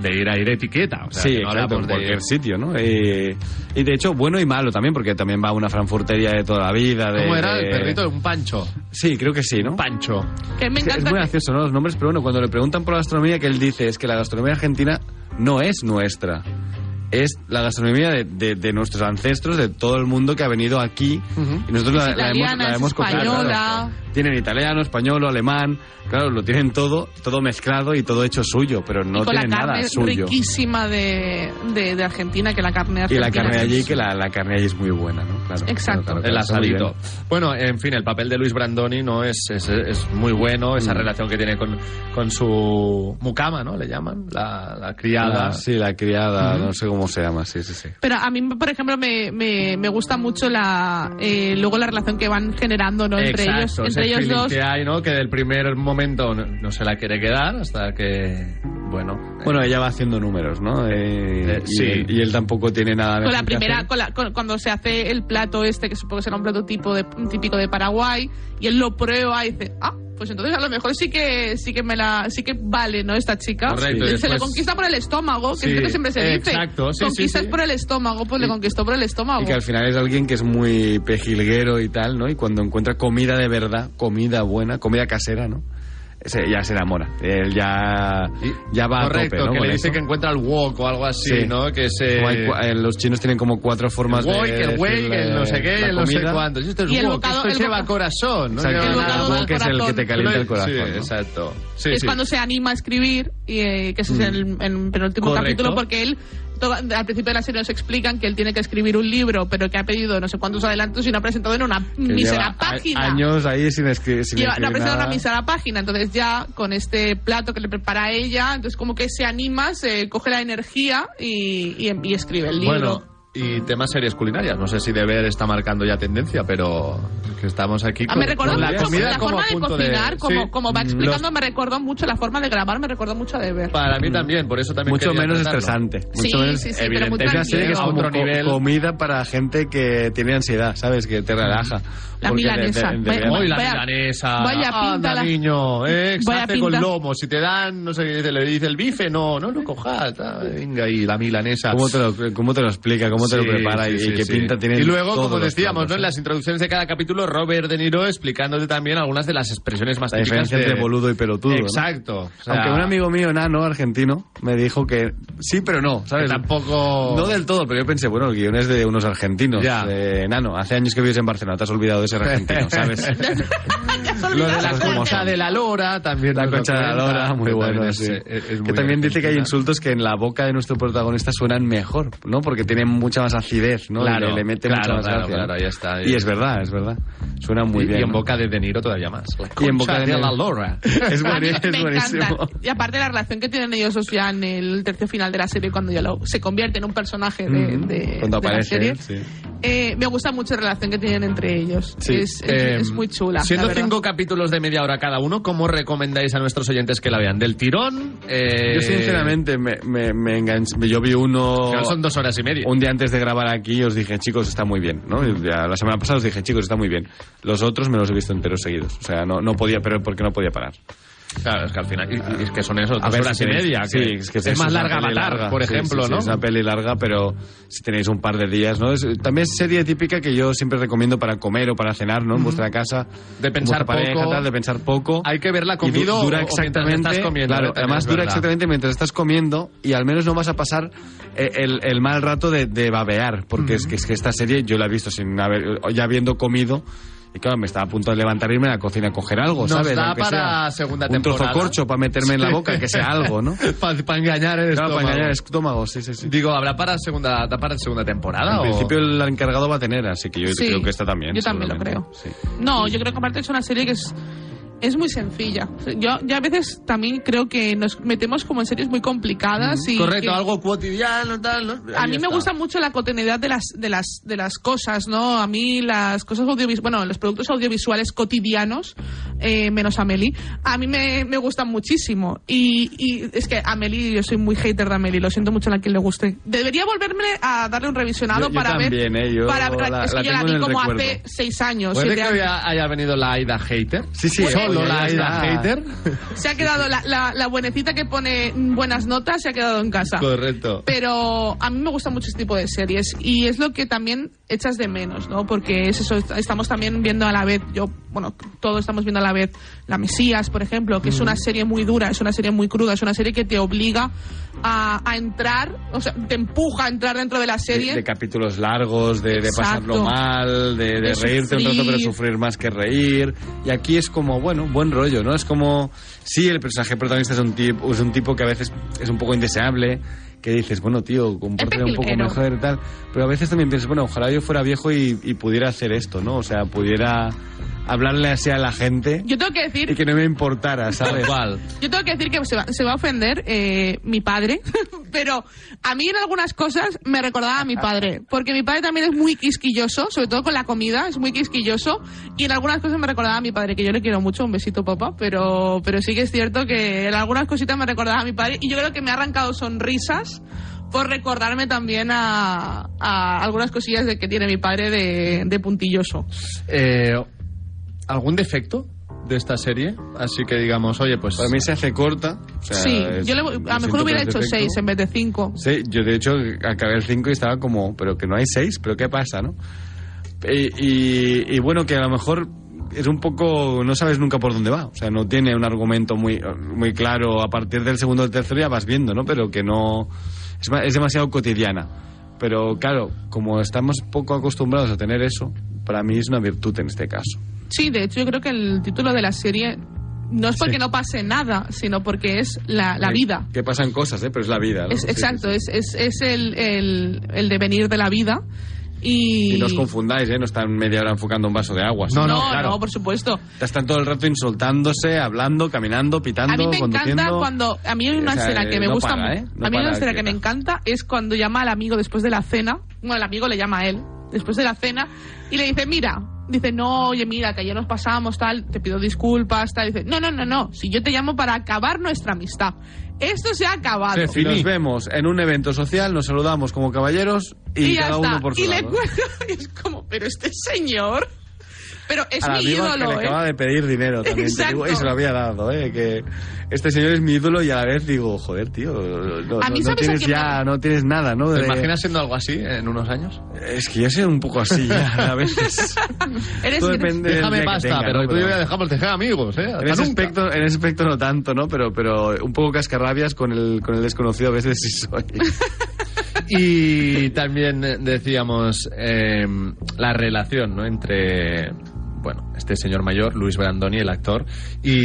de ir a ir etiqueta. O sea, sí, que no exacto, en hablamos de- cualquier sitio, ¿no? Eh, y de hecho, bueno y malo también, porque también va a una franfurtería de toda la vida. De, ¿Cómo era de- el perrito? Un pancho. Sí, creo que sí, ¿no? Pancho. Que me Sí, es encanta. muy que- gracioso, ¿no? Los nombres, pero bueno, cuando le preguntan por la gastronomía, que él dice es que la gastronomía argentina no es nuestra. Es la gastronomía de, de- de nuestros ancestros, de todo el mundo que ha venido aquí. Ujú. Y nosotros la, Es la hemos, italiana, la es hemos copiado, española. claro. Tienen italiano, español, alemán. Claro, lo tienen todo, todo mezclado y todo hecho suyo, pero y no con la tienen carne nada suyo. riquísima de, de, de Argentina, que la carne Y argentina. la carne es- allí, que la, la carne allí es muy buena, ¿no? Claro, Exacto. claro, claro, El claro, está muy asadito. bien. Bueno, en fin, el papel de Luis Brandoni no es, es, es muy bueno, esa Mm. relación que tiene con, con su mucama, ¿no? Le llaman, la, la criada. La- Ah, sí, la criada, no sé cómo se llama, sí, sí, sí. Pero a mí, por ejemplo, me, me, me gusta mucho la eh, luego la relación que van generando ¿no? entre Exacto, ellos, ese entre ellos feeling dos. que hay, ¿no? Que del primer momento no, no se la quiere quedar hasta que, bueno... eh, Bueno, ella va haciendo números, ¿no? Eh, Eh, y sí. él- Y, él tampoco tiene nada Con la mejor que primera, hacer. con la- con- cuando se hace el plato este, que supongo que será un plato tipo de, típico de Paraguay, y él lo prueba y dice, ah, Pues entonces a lo mejor sí que sí que me la sí que vale, ¿no? Esta chica Correcto, y se después- le conquista por el estómago, que Sí, es lo que siempre se dice. exacto, sí, sí, Conquistas sí. por el estómago, pues Y- le conquistó por el estómago. Y que al final es alguien que es muy pejilguero y tal, ¿no? Y cuando encuentra comida de verdad, comida buena, comida casera, ¿no? Ese ya se enamora. Él ya, ya va Correcto, a tope, ¿no? que Con le dice eso. que encuentra el wok o algo así, Sí. ¿no? Que se... Como hay cua- eh, los chinos tienen como cuatro formas Wok, de el wake, decirle el no sé qué, la el no sé comida. cuánto. Esto es Y el wok, bocado- esto el lleva boca- corazón, ¿no Exacto, lleva El nada. bocado del que es el que te corazón. calienta el corazón. Sí, ¿no? exacto. Sí, es sí. cuando se anima a escribir, y, eh, que ese es el, el penúltimo Mm. Correcto. capítulo, porque él, to- al principio de la serie nos explican que él tiene que escribir un libro, pero que ha pedido no sé cuántos adelantos y no ha presentado en una Que lleva mísera a- página. Años ahí sin escribir. Sin Lleva- no ha escribir presentado nada. una mísera página, entonces ya con este plato que le prepara ella, entonces como que se anima, se coge la energía y, em- y- y escribe el libro. Bueno, y temas series culinarias. No sé si de ver está marcando ya tendencia, pero que estamos aquí Ah, con, me recordó con la mucho comida la como forma a de punto cocinar, sí. Mm. como, como va explicando, Los- me recordó mucho la forma de grabar, me recordó mucho de ver. para mí también, por eso también mucho quería menos tratarlo. estresante. Sí, mucho menos, sí, sí, pero muy evidente. Es una serie que es tranquilo. como A otro co- nivel. comida para gente que tiene ansiedad, ¿sabes? Que te relaja. La Porque de- milanesa. de- de- Vaya- de- Hoy la Vaya- milanesa. vaya pinta Anda, la- niño, eh, se vaya hace con pinta. lomo. Si te dan, no sé qué, dice, le dice el bife, no, no lo cojas. ah, Venga, y la milanesa. ¿Cómo te, lo, ¿Cómo te lo explica? ¿Cómo te Sí, lo prepara? sí, y, sí, y qué sí. pinta tiene Y luego, todos como los ¿eh? decíamos, platos, ¿no? en las introducciones de cada capítulo, Robert De Niro explicándote también algunas de las expresiones más La típicas diferencia de... entre boludo y pelotudo. ¿no? Exacto. O sea, Aunque un amigo mío, nano, argentino, me dijo que sí, pero no, que ¿sabes? tampoco... No del todo, pero yo pensé, bueno, el guión es de unos argentinos. Ya. De nano, hace años que vives en Barcelona, te has olvidado de ser argentino, ¿sabes? Te has Lo de olvidado la Cosas como concha son. de la lora también. La nos lo concha de la comenta, lora, muy que bueno, también es- eh, sí. es- es que muy también dice que hay argentina. insultos que en la boca de nuestro protagonista suenan mejor, ¿no? Porque tienen mucha más acidez, ¿no? Claro, Y le, le mete claro, mucha más claro, gracia, claro, ¿no? ahí está, ahí Y es está. verdad, es verdad. Suena muy y, bien. y en ¿no? boca de De Niro todavía más. La Y en concha boca de de Niro. la lora. Es, A mí buenísimo, me es buenísimo. encantan. Y aparte la relación que tienen ellos dos ya en el tercio final de la serie, cuando ya lo- se convierte en un personaje de, Mm, de- cuando de la aparece serie. él, sí. Eh, me gusta mucho la relación que tienen entre ellos. Sí, es, es- Eh, es muy chula. Siendo la verdad. cinco capítulos de media hora cada uno, ¿cómo recomendáis a nuestros oyentes que la vean? ¿Del tirón? Eh, Yo sinceramente me, me, me enganché, yo vi uno... que no son dos horas y media. Un día antes de grabar aquí os dije, chicos, está muy bien, ¿no? Y ya la semana pasada os dije, chicos, está muy bien. Los otros me los he visto enteros seguidos. O sea, no, no podía, pero porque no podía parar. Claro, es que al final. y- y es que son eso, dos A ver, horas si y tenéis- media. sí, que es, que es más una larga peli Avatar, por Sí, sí, ejemplo, sí, ¿no? Es una peli larga, pero si tenéis un par de días, ¿no? Es- también es serie típica que yo siempre recomiendo para comer o para cenar, ¿no? En vuestra casa. De con pensar vuestra pareja, poco. tal, de pensar poco. Hay que verla Y comido du- o- dura o mientras exactamente, estás comiendo, Claro, que también además es dura verdad. exactamente mientras estás comiendo y al menos no vas a pasar eh, el, el mal rato de, de babear, porque es, que, es que esta serie yo la he visto sin haber, ya habiendo comido. Y claro, me estaba a punto de levantar e irme a la cocina a coger algo, Nos ¿sabes? da Aunque para sea segunda un trozo temporada. corcho para meterme en la Sí. boca, que sea algo, ¿no? para engañar el Claro, para estómago. engañar el estómago, sí, sí, sí. Digo, ¿habrá para segunda, da para segunda temporada? Al o- principio el encargado va a tener, así que yo Sí, creo que esta también. yo también lo seguramente. Sí. No, yo creo que aparte es una serie que es, es muy sencilla. Yo, yo a veces también creo que nos metemos como en series muy complicadas y Correcto, Ah, que- algo cotidiano, tal. ¿no? A Ahí mí me está. gusta mucho la cotidianidad de las, de las, de las cosas, ¿no? A mí las cosas audiovisuales, bueno, los productos audiovisuales cotidianos, eh, menos Amelie, a mí me, me gustan muchísimo. Y, y es que Amelie, yo soy muy hater de Amelie, lo siento mucho a la que le guste. Debería volverme a darle un revisionado Yo- yo para también, ver. ¿eh? Yo para ver- la- es que la yo la tengo vi en el como recuerdo. hace seis años, Puede siete que años. haya, haya venido la Aida Hater. Sí, sí, Solo oye, la ya Aida está. Hater. Se ha quedado la, la, la buenecita que pone buenas notas, se ha quedado en casa. Correcto. Pero a mí me gusta mucho este tipo de series y es lo que también echas de menos, ¿no? Porque es eso, est- estamos también viendo a la vez, yo, bueno, todos estamos viendo a la vez La Mesías, por ejemplo, que es una serie muy dura, es una serie muy cruda, es una serie que te obliga a, a entrar, o sea, te empuja a entrar dentro de la serie. De, de capítulos largos, de, de Exacto. pasarlo mal, de, de De reírte un rato, sufrir. pero sufrir más que reír. Y aquí es como, bueno, buen rollo, ¿no? Es como, sí, el personaje protagonista es un, tipo, es un tipo que a veces es un poco indeseable, que dices, bueno, tío, compórtate un poco pejilguero. mejor y tal. Pero a veces también piensas, bueno, ojalá yo fuera viejo y, y pudiera hacer esto, ¿no? O sea, pudiera hablarle así a la gente yo tengo que decir y que no me importara, ¿sabes? Yo tengo que decir que se va, se va a ofender eh, mi padre, pero a mí en algunas cosas me recordaba a mi padre, porque mi padre también es muy quisquilloso, sobre todo con la comida, es muy quisquilloso, y en algunas cosas me recordaba a mi padre, que yo le quiero mucho, un besito papá, pero, pero sí que es cierto que en algunas cositas me recordaba a mi padre, y yo creo que me ha arrancado sonrisas por recordarme también a, a algunas cosillas de que tiene mi padre de, de puntilloso. Eh, ¿Algún defecto de esta serie, así que digamos, oye, pues... Para mí se hace corta. sí, yo le- a lo mejor hubiera hecho seis en vez de cinco. Sí, yo de hecho acabé el 5 y estaba como, pero que no hay 6, pero ¿qué pasa, no? Y, y- y bueno, que a lo mejor es un poco, no sabes nunca por dónde va, o sea, no tiene un argumento muy, muy claro, a partir del segundo o tercero ya vas viendo, ¿no? Pero que no, es, ma- es demasiado cotidiana. Pero claro, como estamos poco acostumbrados a tener eso, para mí es una virtud en este caso. Sí, de hecho yo creo que el título de la serie no es porque no pase nada, sino porque es la, la Eh, vida. Que pasan cosas, ¿eh? Pero es la vida, ¿no? Es, Sí, exacto, es, es, es el, el, el devenir de la vida. Y, Y no os confundáis, ¿eh? No están media hora enfocando un vaso de agua. No, no, no, por supuesto. Están todo el rato insultándose, hablando, caminando, pitando, A mí me conduciendo. encanta cuando. A mí hay una O sea, escena que eh, me no gusta. para, mu- ¿eh? No a mí hay para una escena que quieta. me encanta es cuando llama al amigo después de la cena. Bueno, el amigo le llama a él después de la cena y le dice: Mira, dice, no, oye, mira, que ayer nos pasamos, tal, te pido disculpas, tal. Dice: No, no, no, no, si yo te llamo para acabar nuestra amistad. Esto se ha acabado. Y Nos vemos en un evento social, nos saludamos como caballeros y, Y ya cada está. uno por su y le lado. cuelga, y es como, pero este señor. Pero es A la mi viva que ídolo, le ¿eh? acaba de pedir dinero también, te digo, Exacto. y se lo había dado, ¿eh? Que este señor es mi ídolo y a la vez digo, joder, tío, no, A mí, no- no ¿sabes a tienes quién me- ya, no tienes nada, ¿no? ¿Te Pues De- imaginas siendo algo así en unos años? Es que yo soy un poco así ya, a veces. Eres Todo depende del Déjame día que pasta, tenga, ¿no? pero tú y Pero- yo ya dejamos de ser amigos, ¿eh? En Hasta ese, nunca. aspecto, en ese aspecto no tanto, ¿no? Pero, pero un poco cascarrabias con el, con el desconocido a veces sí soy. Y también eh, decíamos eh, la relación ¿no? entre bueno, este señor mayor, Luis Brandoni, el actor,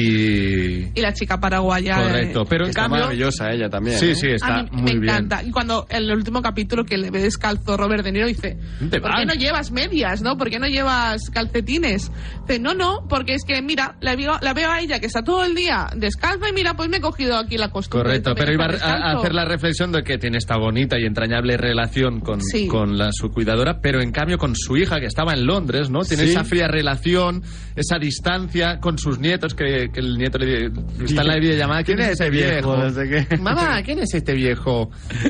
y... Y la chica paraguaya. Correcto, eh, pero en Está cambio... maravillosa ella también. Sí, ¿eh? sí, está a mí muy me bien. encanta. Y cuando en el último capítulo que le ve descalzo Robert De Niro dice, ¿Dónde ¿por vas? qué no llevas medias, no? ¿Por qué no llevas calcetines? Dice, no, no, porque es que mira, la veo, la veo a ella que está todo el día descalza y mira, pues me he cogido aquí la costumbre. Correcto, de pero iba también a, estar a descalzo". hacer la reflexión de que tiene esta bonita y entrañable relación con, Sí. con la, su cuidadora, pero en cambio con su hija que estaba en Londres, ¿no? Tiene Sí. esa fría relación, esa distancia con sus nietos, que, que el nieto le di- está en la videollamada. ¿Quién, es ese viejo? No sé qué. Mamá, ¿quién es este viejo?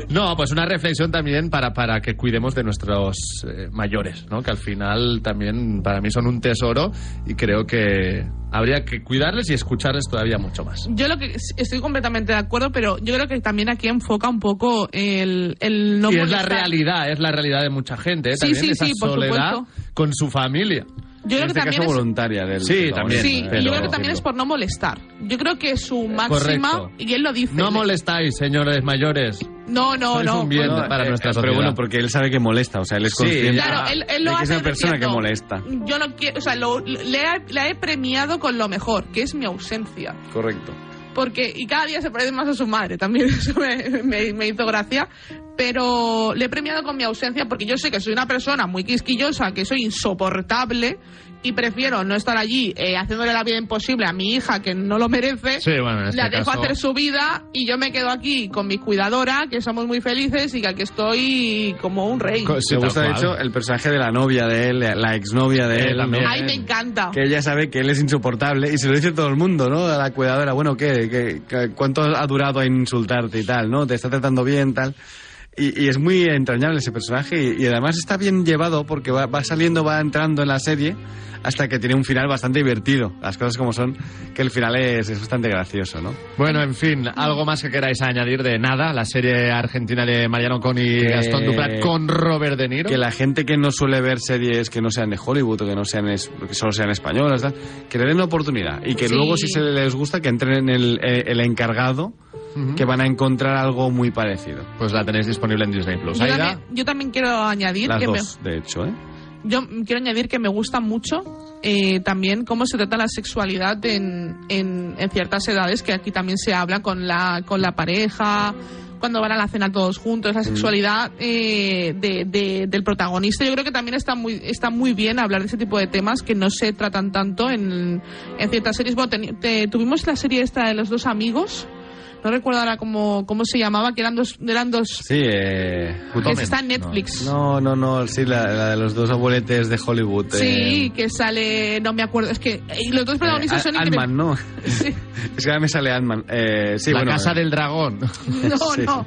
No, pues una reflexión también para, para que cuidemos de nuestros eh, mayores, ¿no? Que al final también para mí son un tesoro y creo que habría que cuidarles y escucharles todavía mucho más. Yo lo que estoy completamente de acuerdo, pero yo creo que también aquí enfoca un poco el, el no y es la molestar. realidad, es la realidad de mucha gente, ¿eh? Sí, también sí, esa sí, por soledad supuesto. con su familia. Yo creo que este también caso es voluntaria del Sí, también, Sí, pero- y yo creo que también es por no molestar. Yo creo que su máxima, correcto. y él lo dice. No le- molestáis, señores mayores. No, no, Sois no. eh, un bien bueno, para nuestra Pero sociedad. bueno, porque él sabe que molesta, o sea, él es Sí, consciente Claro, él, él lo de hace que es una persona diciendo, que molesta. Yo no quiero, o sea, lo- le, he, la he premiado con lo mejor, que es mi ausencia. Correcto. Porque, y cada día se parece más a su madre, también eso me, me- me hizo gracia. Pero le he premiado con mi ausencia porque yo sé que soy una persona muy quisquillosa, que soy insoportable y prefiero no estar allí eh, haciéndole la vida imposible a mi hija que no lo merece. Sí, bueno, en este la dejo caso- hacer su vida y yo me quedo aquí con mi cuidadora, que somos muy felices y que aquí estoy como un rey. Se tal gusta, de cual. hecho, el personaje de la novia de él, la exnovia de Eh, él. también. ¿no? Ay, me encanta. Que ella sabe que él es insoportable y se lo dice todo el mundo, ¿no? A la cuidadora, bueno, ¿qué? ¿Qué- qué- ¿Cuánto ha durado en insultarte y tal, no? Te está tratando bien, tal. Y, y es muy entrañable ese personaje y, y además está bien llevado porque va, va saliendo, va entrando en la serie hasta que tiene un final bastante divertido. Las cosas como son, que el final es, es bastante gracioso, ¿no? Bueno, en fin, algo más que queráis añadir de nada, la serie argentina de Mariano Con y Que- Gastón Eh, Duprat con Robert De Niro. Que la gente que no suele ver series que no sean de Hollywood o que no sean es- que solo sean españolas, tal, que le den la oportunidad y que Sí. luego si se les gusta que entren en el, eh, el encargado, que van a encontrar algo muy parecido. Pues la tenéis disponible en Disney Plus. Yo Aida, también, yo también quiero añadir Pues Las que me, dos, de hecho, ¿eh? yo quiero añadir que me gusta mucho eh, también cómo se trata la sexualidad en, en, en ciertas edades que aquí también se habla con la con la pareja cuando van a la cena todos juntos Mm. la sexualidad eh, de- de- del protagonista yo creo que también está muy está muy bien hablar de ese tipo de temas que no se tratan tanto en, en ciertas series bueno, teni- te- tuvimos la serie esta de los dos amigos no recuerdo ahora cómo, cómo se llamaba que eran dos eran dos Sí, eh... que está en Netflix No, no, no, sí, la, la de los dos abueletes de Hollywood. Sí, eh, que sale, no me acuerdo, es que y los dos protagonistas eh, son Ant- increíbles. Ant-Man, ¿no? Sí. Es que ahora me sale Ant-Man. Eh, sí, la bueno, Casa eh, del Dragón. No, Sí. no.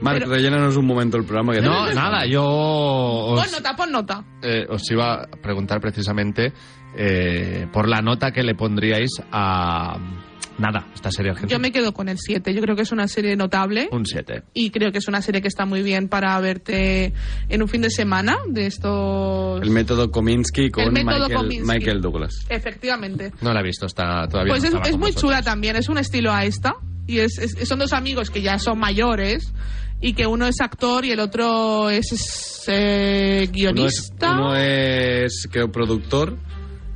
Marc, Pero- rellénanos un momento el programa. Que No, nada, yo os, Pon Oh, nota, pon nota. eh, os iba a preguntar precisamente eh, por la nota que le pondríais a... Nada, esta serie Yo argentina. me quedo con el 7. Yo creo que es una serie notable. Un 7. Y creo que es una serie que está muy bien para verte en un fin de semana de estos. El método Kominsky con Pues El método Michael, Kominsky. Michael Douglas. Efectivamente. No la he visto, está todavía. pues no es, estaba es con muy vosotros. chula también, es un estilo a esta. Y es, es- son dos amigos que ya son mayores y que uno es actor y el otro es, es, eh, Uno es, guionista. uno es, creo, productor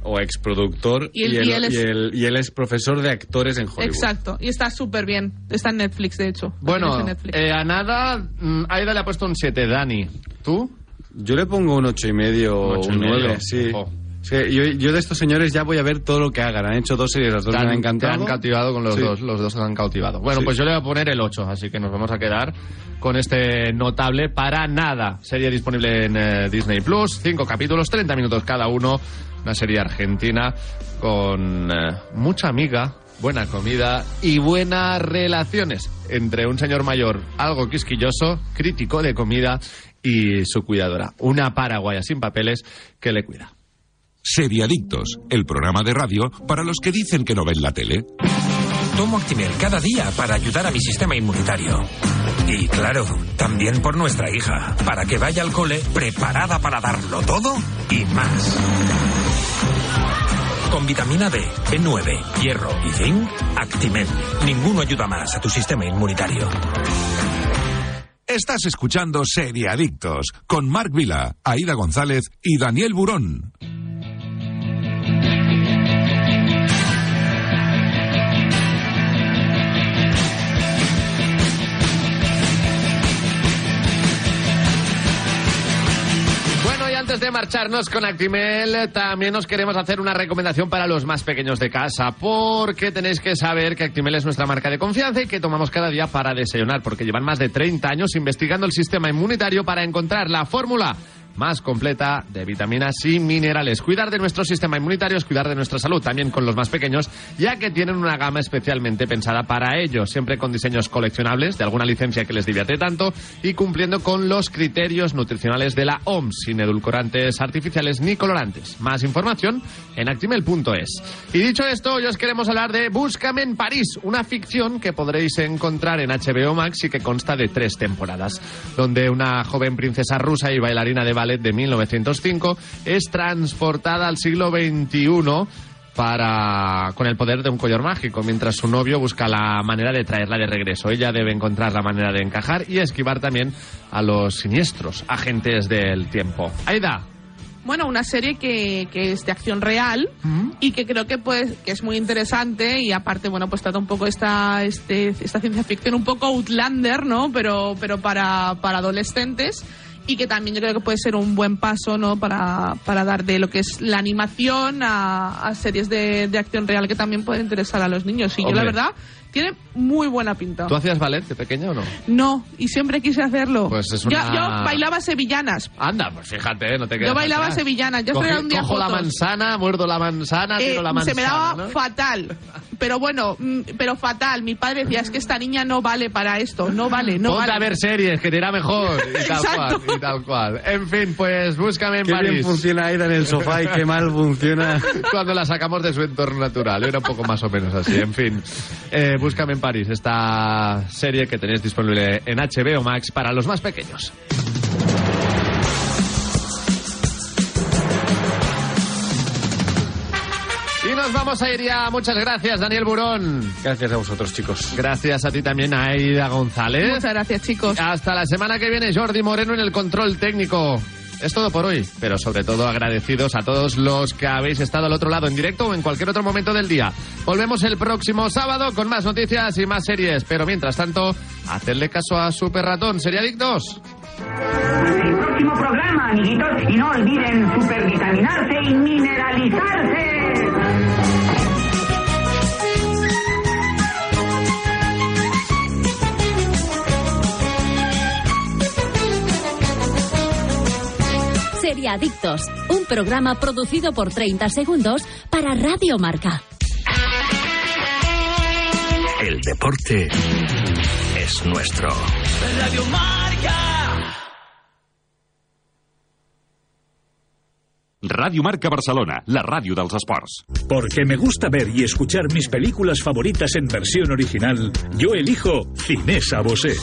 o exproductor Y el- y él es- y él es profesor de actores en Hollywood. Exacto, y está súper bien. Está en Netflix, de hecho. La tienes Bueno, en Netflix. eh, a nada, mm, Aida le ha puesto un 7, Dani. ¿Tú? Yo le pongo un ocho y medio Un o ocho y un medio, 9, sí. ojo. Sí, yo, yo de estos señores ya voy a ver todo lo que hagan. Han hecho dos series, las dos Te me han han, te encantado. han cautivado con los Sí. dos, los dos te han cautivado. Bueno, Sí. pues yo le voy a poner el 8, así que nos vamos a quedar con este notable para nada. Serie disponible en eh, Disney Plus, 5 capítulos, 30 minutos cada uno. Una serie argentina con eh, mucha amiga, buena comida y buenas relaciones entre un señor mayor algo quisquilloso, crítico de comida y su cuidadora. Una paraguaya sin papeles que le cuida. Seriadictos, el programa de radio para los que dicen que no ven la tele. Tomo Actimel cada día para ayudar a mi sistema inmunitario. Y claro, también por nuestra hija, para que vaya al cole preparada para darlo todo y más. Con vitamina D, B9, hierro y zinc, Actimel. Ninguno ayuda más a tu sistema inmunitario. Estás escuchando Seriadictos con Marc Vila, Aida González y Daniel Burón. Bueno, y antes de marcharnos con Actimel, eh, también os queremos hacer una recomendación para los más pequeños de casa, porque tenéis que saber que Actimel es nuestra marca de confianza y que tomamos cada día para desayunar, porque llevan más de 30 años investigando el sistema inmunitario para encontrar la fórmula más completa de vitaminas y minerales. Cuidar de nuestro sistema inmunitario es cuidar de nuestra salud, también con los más pequeños, ya que tienen una gama especialmente pensada para ellos, siempre con diseños coleccionables de alguna licencia que les divierte tanto y cumpliendo con los criterios nutricionales de la OMS, sin edulcorantes artificiales ni colorantes. Más información en actimel.es. Y dicho esto, hoy os queremos hablar de Búscame en París, una ficción que podréis encontrar en HBO Max y que consta de tres temporadas, donde una joven princesa rusa y bailarina de ballet de 1905 es transportada al siglo XXI para con el poder de un collar mágico, mientras su novio busca la manera de traerla de regreso. Ella debe encontrar la manera de encajar y esquivar también a los siniestros agentes del tiempo. Aida, Bueno, una serie que, que es de acción real Mm. y que creo que pues que es muy interesante y aparte, bueno, pues trata un poco esta, este, esta ciencia ficción un poco Outlander, ¿no? Pero, pero para, para adolescentes y que también yo creo que puede ser un buen paso, ¿no? Para, para dar de lo que es la animación a, a series de, de acción real que también pueden interesar a los niños. Y yo la Hombre. verdad, tiene muy buena pinta. ¿tú hacías ballet de pequeño o no? No, y siempre quise hacerlo. Pues es Yo- una- yo bailaba sevillanas, Anda, pues fíjate, no te quedas Yo bailaba atrás. sevillana, yo Cogí- traía un día Cojo la fotos. manzana, muerdo la manzana, Eh, tiro Ah, la manzana. se me daba ¿no? fatal. Pero bueno, mm, pero fatal. Mi padre decía, es que esta niña no vale para esto, no vale, no Ponte vale. a ver series, que te irá mejor. Y tal Exacto. cual, y tal cual. En fin, pues búscame en Qué bien París. funciona Aida en el sofá y qué mal funciona. cuando la sacamos de su entorno natural. Era un poco más o menos así. En fin, Eh, búscame en París, esta serie que tenéis disponible en HBO Max para los más pequeños. Y nos vamos a ir ya. Muchas gracias, Daniel Burón. Gracias a vosotros, chicos. Gracias a ti también, Aida González. Muchas gracias, chicos. Hasta la semana que viene, Jordi Moreno en el control técnico. Es todo por hoy, pero sobre todo agradecidos a todos los que habéis estado al otro lado en directo o en cualquier otro momento del día. Volvemos el próximo sábado con más noticias y más series, pero mientras tanto, hacedle caso a Super Ratón, seriadictos. el próximo programa, amiguitos, y no olviden supervitaminarse y mineralizarse. Sería Adictos, un programa producido por 30 segundos para Radio Marca. El deporte es nuestro. Radio Marca. Radio Marca Barcelona, la radio dels esports. Porque me gusta ver y escuchar mis películas favoritas en versión original, yo elijo Cinesa Bosé.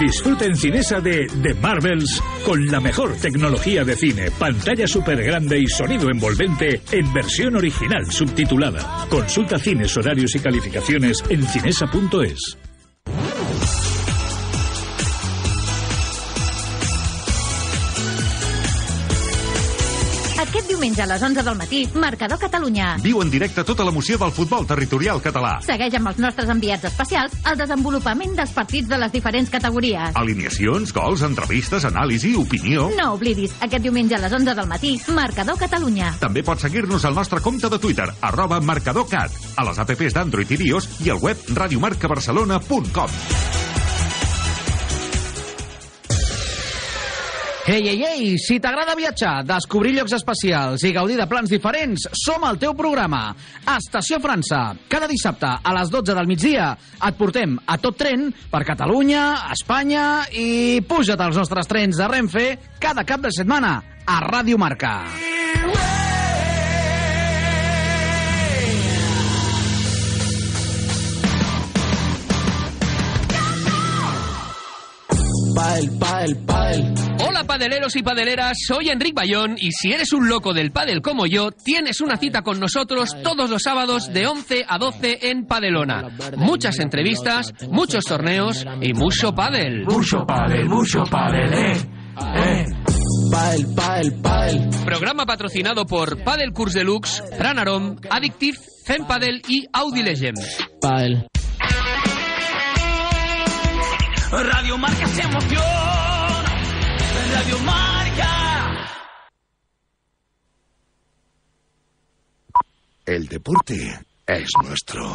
Disfruta en Cinesa de The Marvels con la mejor tecnología de cine, pantalla super grande y sonido envolvente en versión original subtitulada. Consulta cines, horarios y calificaciones en cinesa.es. Aquest diumenge a les 11 del matí, Marcador Catalunya. Viu en directe tota l'emoció del futbol territorial català. Segueix amb els nostres enviats especials el desenvolupament dels partits de les diferents categories. Alineacions, gols, entrevistes, anàlisi, opinió... No oblidis, aquest diumenge a les 11 del matí, Marcador Catalunya. També pots seguir-nos al nostre compte de Twitter, arroba marcadorcat, a les apps d'Android i iOS i al web radiomarcabarcelona.com. Ei, ei, ei, si t'agrada viatjar, descobrir llocs especials i gaudir de plans diferents, som al teu programa. Estació França. Cada dissabte a les 12 del migdia et portem a tot tren per Catalunya, Espanya i puja't als nostres trens de Renfe cada cap de setmana a Ràdio Marca. Padel, padel, padel. Hola padeleros y padeleras, soy Enric Bayón y si eres un loco del padel como yo, tienes una cita con nosotros todos los sábados de 11 a 12 en Padelona. Muchas entrevistas, muchos torneos y mucho padel. Mucho pádel, mucho pádel, eh, eh. Padel, padel, padel. Programa patrocinado por Padel Cours Deluxe, Pranarom, Addictive, Zen Padel y Audi Legend. Padel. Radio Marca se emoción. Radio Marca. El deporte es nuestro.